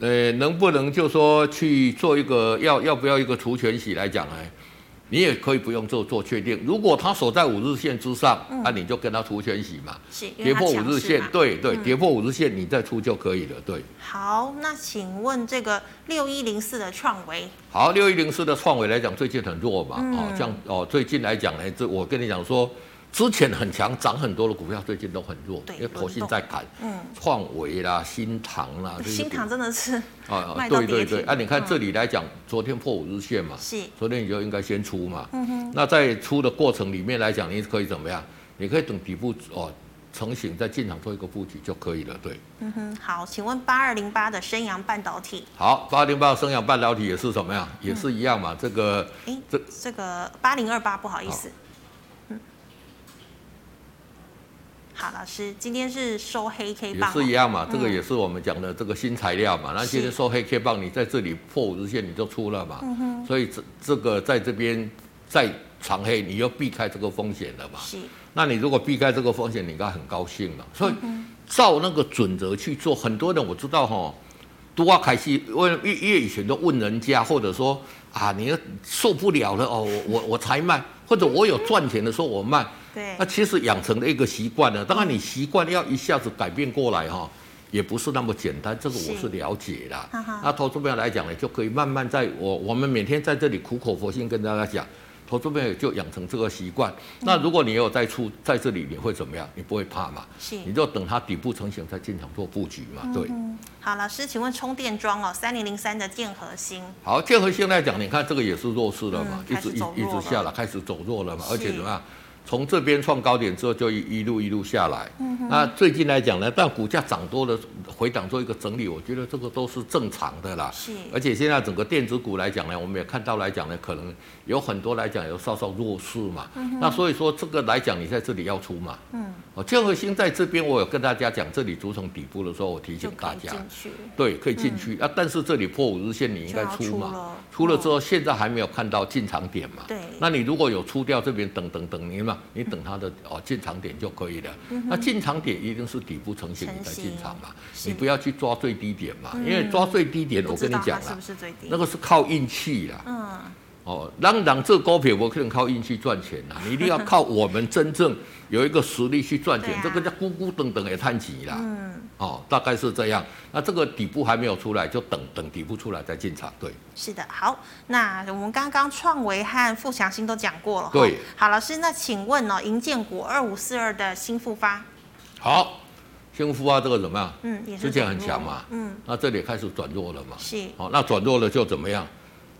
Speaker 2: 呃，能不能就说去做一个要要不要一个除权息来讲呢？你也可以不用做做确定。如果它守在五日线之上，那、你就跟它出圈洗嘛，
Speaker 1: 是嗯因为
Speaker 2: 跌
Speaker 1: 它
Speaker 2: 破五
Speaker 1: 强
Speaker 2: 日
Speaker 1: 势
Speaker 2: 线
Speaker 1: 嘛，嗯
Speaker 2: 对对，跌破五日线你再出就可以了，对。
Speaker 1: 好，那请问这个六一零四的创维，
Speaker 2: 好，六一零四的创维来讲，最近很弱嘛，
Speaker 1: 嗯
Speaker 2: 哦，像哦，最近来讲呢，这我跟你讲说，之前很强涨很多的股票，最近都很弱，
Speaker 1: 对
Speaker 2: 因为投信在砍，
Speaker 1: 嗯，
Speaker 2: 创维啦、新塘啦，啊这些
Speaker 1: 新
Speaker 2: 股
Speaker 1: 塘真的是
Speaker 2: 啊
Speaker 1: 卖
Speaker 2: 啊，
Speaker 1: 到
Speaker 2: 对对
Speaker 1: 跌
Speaker 2: 对，
Speaker 1: 停嗯
Speaker 2: 啊，你看这里来讲，昨天破五日线嘛，
Speaker 1: 是
Speaker 2: 昨天你就应该先出嘛，嗯哼，那在出的过程里面来讲，你可以怎么样？你可以等底部哦成型再进场做一个布局就可以了，对。
Speaker 1: 嗯哼，好，请问八二零八的升阳半导体，
Speaker 2: 好，八零八生养半导体也是怎么样？也
Speaker 1: 嗯
Speaker 2: 是一样嘛，这个
Speaker 1: 哎，
Speaker 2: 这
Speaker 1: 这个八零二八不好意思，嗯，好，老师，今天是收黑 K
Speaker 2: 也
Speaker 1: 棒哦、
Speaker 2: 是一样嘛，这个也是我们讲的这个新材料嘛。那
Speaker 1: 是
Speaker 2: 今天说黑 K 棒，你在这里破五日线你就出了嘛，所以这这个在这边再长黑，你又避开这个风险了嘛。
Speaker 1: 是
Speaker 2: 那你如果避开这个风险，你应该很高兴嘛。所以照那个准则去做，很多人我知道哈，都要开始问，越越以前都问人家，或者说啊，你受不了了哦，我我我才卖，或者我有赚钱的时候我卖。
Speaker 1: 对
Speaker 2: 那，其实养成的一个习惯呢，当然你习惯要一下子改变过来哈、也不是那么简单，这个我
Speaker 1: 是
Speaker 2: 是了解啦
Speaker 1: 哈哈。
Speaker 2: 那投资朋友来讲呢，就可以慢慢在我我们每天在这里苦口婆心跟大家讲，投资朋友就养成这个习惯。
Speaker 1: 嗯
Speaker 2: 那如果你有在出在这里，你会怎么样？你不会怕嘛？
Speaker 1: 是嗯
Speaker 2: 你就等它底部成型再进场做布局嘛。对，
Speaker 1: 好，老师，请问充电桩哦，三零零三的电核心，
Speaker 2: 好，建和现在讲，你看这个也是弱势了嘛，
Speaker 1: 嗯
Speaker 2: 一直
Speaker 1: 开始走
Speaker 2: 一一
Speaker 1: 弱了
Speaker 2: 直下来，开始走弱了嘛，
Speaker 1: 是
Speaker 2: 而且怎么样？从这边创高点之后，就一一路一路下来。
Speaker 1: 嗯
Speaker 2: 那最近来讲呢，但股价涨多了，回档做一个整理，我觉得这个都是正常的啦。
Speaker 1: 是
Speaker 2: 而且现在整个电子股来讲呢，我们也看到来讲呢，可能有很多来讲有稍稍弱势嘛。
Speaker 1: 嗯
Speaker 2: 那所以说这个来讲，你在这里要出嘛。嗯。哦，建和兴在这边，我有跟大家讲，这里组成底部的时候，我提
Speaker 1: 就
Speaker 2: 醒
Speaker 1: 可
Speaker 2: 大
Speaker 1: 以
Speaker 2: 家。
Speaker 1: 进去，
Speaker 2: 对，可以进去、啊，但是这里破五日线你应该
Speaker 1: 嗯
Speaker 2: 出
Speaker 1: 就要出了哦
Speaker 2: 嘛，出了之后现在还没有看到进场点嘛，
Speaker 1: 对
Speaker 2: 那你如果有出掉这边等等等你嘛，你等它的哦进场点就可以了。
Speaker 1: 嗯
Speaker 2: 那进场点一定是底部成型
Speaker 1: 成型
Speaker 2: 你再进场嘛，
Speaker 1: 是
Speaker 2: 你不要去抓最低点嘛，因为抓最低点
Speaker 1: 不
Speaker 2: 我
Speaker 1: 知
Speaker 2: 跟你
Speaker 1: 道它
Speaker 2: 讲啊
Speaker 1: 是
Speaker 2: 啦
Speaker 1: 不，是最低？
Speaker 2: 那个是靠运气啦。
Speaker 1: 嗯，
Speaker 2: 哦，当然这股票我可能靠运气赚钱啦，你一定要靠我们真正有一个实力去赚钱，
Speaker 1: 对啊
Speaker 2: 这个叫咕咕等等也叹气啦。嗯，哦，大概是这样。那这个底部还没有出来，就等等底部出来再进场。对，
Speaker 1: 是的，好，那我们刚刚创维和富强新都讲过了，
Speaker 2: 对，
Speaker 1: 好，老师，那请问哦，银建股二五四二的新复发，
Speaker 2: 好，幸福啊，这个怎么样？
Speaker 1: 嗯，也是
Speaker 2: 之前
Speaker 1: 走
Speaker 2: 很
Speaker 1: 弱
Speaker 2: 强嘛，
Speaker 1: 嗯，
Speaker 2: 那这里开始转弱了嘛？
Speaker 1: 是
Speaker 2: 好、那转弱了就怎么样？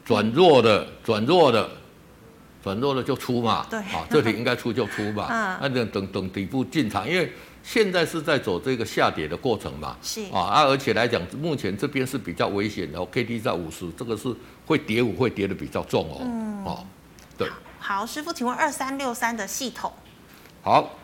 Speaker 2: 转弱的，转弱的，转弱了就出嘛。
Speaker 1: 对
Speaker 2: 好、这里应该出就出嘛。
Speaker 1: 嗯
Speaker 2: 那等等等底部进场，因为现在是在走这个下跌的过程嘛。
Speaker 1: 是
Speaker 2: 啊啊，而且来讲，目前这边是比较危险的哦，K D 在五十，这个是会跌五会跌的比较重哦。
Speaker 1: 嗯
Speaker 2: 哦，对，
Speaker 1: 好，师傅，请问二三六三的系统，
Speaker 2: 好，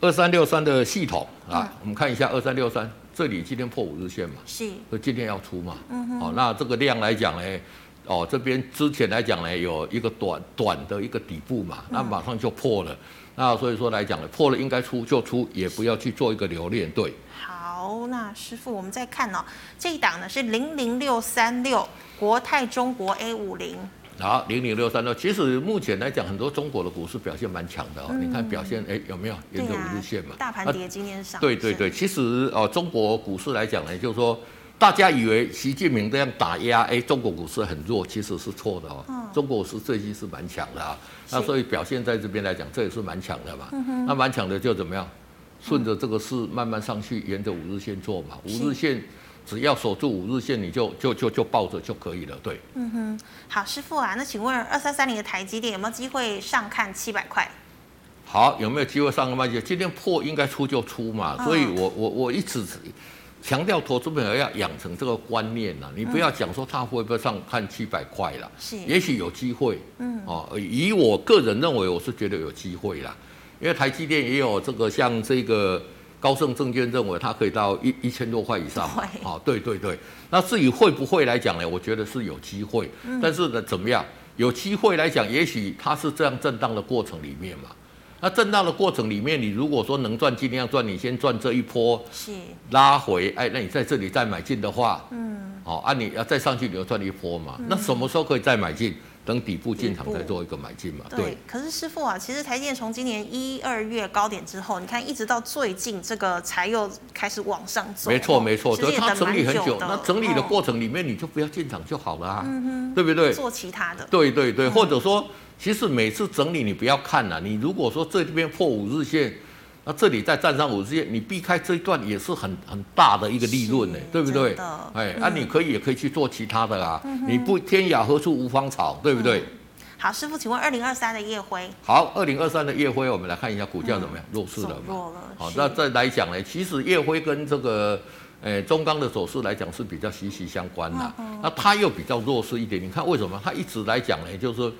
Speaker 2: 二三六三的系统啊，
Speaker 1: 嗯
Speaker 2: 我们看一下二三六三，这里今天破五日线嘛。
Speaker 1: 是
Speaker 2: 所以呃今天要出嘛。好、那这个量来讲呢，哦，这边之前来讲呢，有一个短短的一个底部嘛，那马上就破了。那所以说来讲呢，破了应该出就出，也不要去做一个留恋。对，
Speaker 1: 好，那师傅，我们再看哦，这一档呢是零零六三六国泰中国 A 五零，
Speaker 2: 好，零零六三六，其实目前来讲，很多中国的股市表现蛮强的哦。你看表现，哎，有没有沿着
Speaker 1: 啊
Speaker 2: 五日线嘛？
Speaker 1: 大盘
Speaker 2: 那
Speaker 1: 跌今天上，
Speaker 2: 对对对，其实哦，中国股市来讲呢，就是说，大家以为习近平这样打压，哎，中国股市很弱，其实是错的哦。中国股市最近是蛮强的啊，那
Speaker 1: 嗯是嗯
Speaker 2: 所以表现在这边来讲，这也是蛮强的嘛。那蛮强的就怎么样，顺着这个势慢慢上去，沿着五日线做嘛。五日线只要守住五日线，你就就就就抱着就可以了。对，
Speaker 1: 好，师傅啊，那请问二三三零的台积电有没有机会上看七百块？
Speaker 2: 好，有没有机会上个半月？今天破应该出就出嘛，
Speaker 1: 嗯
Speaker 2: 所以我我我一直强调投资朋友要养成这个观念呐、你不要讲说它会不会上看七百块啦，
Speaker 1: 嗯是
Speaker 2: 也许有机会，嗯，哦，以我个人认为，我是觉得有机会啦，因为台积电也有这个像这个。高盛证券认为它可以到一一千多块以上嘛，
Speaker 1: 对
Speaker 2: 哦，对对对。那至于会不会来讲呢？我觉得是有机会，
Speaker 1: 嗯
Speaker 2: 但是呢，怎么样？有机会来讲，也许它是这样震荡的过程里面嘛，那震荡的过程里面，你如果说能赚尽量赚，你先赚这一波
Speaker 1: 是
Speaker 2: 拉回，哎，那你在这里
Speaker 1: 嗯
Speaker 2: 再买进的话，嗯，哦，啊，你要再上去你就赚一波嘛。那什么时候可以再买进？等底部进场再做一个买进嘛。对，
Speaker 1: 可是师傅啊，其实台积电从今年一二月高点之后，你看一直到最近这个才又开始往上走。哦
Speaker 2: 没错没错，
Speaker 1: 其实
Speaker 2: 所以
Speaker 1: 也
Speaker 2: 它
Speaker 1: 等
Speaker 2: 整理
Speaker 1: 蛮
Speaker 2: 很久，
Speaker 1: 的嗯
Speaker 2: 那整理的
Speaker 1: 哦
Speaker 2: 过程里面你就不要进场就好了、啊，对不对？
Speaker 1: 做其他的，
Speaker 2: 对对对，或者说，其实每次整理你不要看了、你如果说这边破五日线，那这里再站上五日线，你避开这一段也是很很大的一个利润呢
Speaker 1: 是，
Speaker 2: 对不对
Speaker 1: 真的？嗯
Speaker 2: 哎，那、你可以也可以去做其他的啦，你不天涯何处无芳草，对不对？
Speaker 1: 嗯好，师傅，请问二零二三的夜辉
Speaker 2: 好，二零二三的夜辉，我们来看一下股价怎么样，弱势了
Speaker 1: 嗯走
Speaker 2: 嘛？
Speaker 1: 弱了，
Speaker 2: 好，
Speaker 1: 是
Speaker 2: 那再来讲呢，其实夜辉跟这个。诶，中钢的走势来讲是比较息息相关啦、
Speaker 1: 嗯
Speaker 2: 那它又比较弱势一点。你看为什么？它一直来讲呢，就是说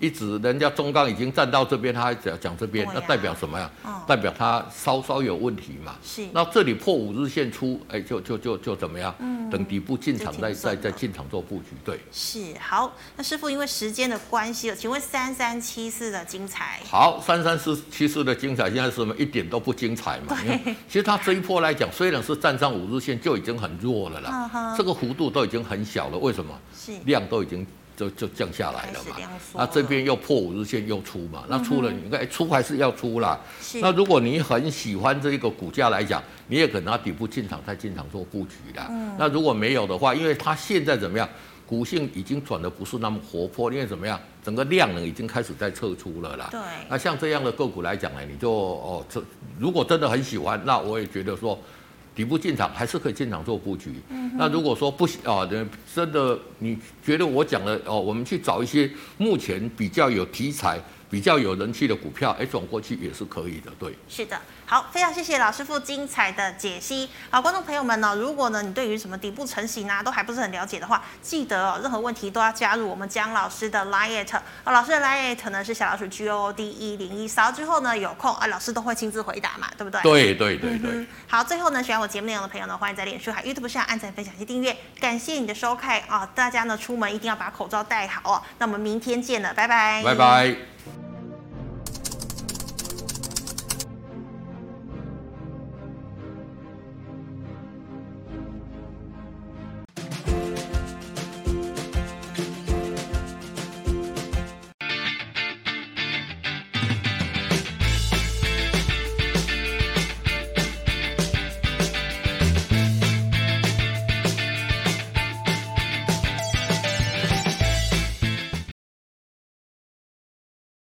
Speaker 2: 一直人家中钢已经站到这边，它还讲讲这边，
Speaker 1: 对呀
Speaker 2: 那代表什么呀？
Speaker 1: 嗯
Speaker 2: 代表它稍稍有问题嘛。
Speaker 1: 是
Speaker 2: 那这里破五日线出，哎，就就就就怎么样？等底部进场
Speaker 1: 嗯就停
Speaker 2: 再
Speaker 1: 损
Speaker 2: 再
Speaker 1: 了
Speaker 2: 再进场做布局，对。
Speaker 1: 是好。那师傅，因为时间的关系了，请问三三七四的精彩
Speaker 2: 好，三三四七四的精彩，现在是什么一点都不精彩嘛？因为其实它这一波来讲，虽然是站上五日线就已经很弱了啦
Speaker 1: 嗯哼
Speaker 2: 这个幅度都已经很小了，为什么？
Speaker 1: 是
Speaker 2: 量都已经就就降下来了嘛
Speaker 1: 开始量缩了嗯
Speaker 2: 那这边又破五日线又出嘛，那出了你应该、哎出还是要出啦。
Speaker 1: 是
Speaker 2: 那如果你很喜欢这一个股价来讲，你也可能它底部进场再进场做布局啦。
Speaker 1: 嗯
Speaker 2: 那如果没有的话，因为它现在怎么样，股性已经转的不是那么活泼，因为怎么样，整个量能已经开始在撤出了啦。
Speaker 1: 对
Speaker 2: 那像这样的个股来讲呢，你就哦，这如果真的很喜欢，那我也觉得说。底部进场还是可以进场做布局。
Speaker 1: 嗯
Speaker 2: 那如果说不喜啊、呃真的你觉得我讲的哦，我们去找一些目前比较有题材、比较有人气的股票，哎，转过去也是可以的，对。
Speaker 1: 是的，好，非常谢谢老师傅精彩的解析。好，观众朋友们呢、如果呢你对于什么底部成型啊都还不是很了解的话，记得哦，任何问题都要加入我们姜老师的 Liet。哦，老师的 Liet 呢是小老鼠 G O O D 一零一，扫到之后呢有空啊，老师都会亲自回答嘛，对不对？。
Speaker 2: 对对对对。
Speaker 1: 哎嗯，好，最后呢，喜欢我节目内容的朋友呢，欢迎在脸书、还有 YouTube 上按赞、分享及订阅。感谢你的收看啊、大家呢出门一定要把口罩戴好哦。那我们明天见了，拜拜，
Speaker 2: 拜拜。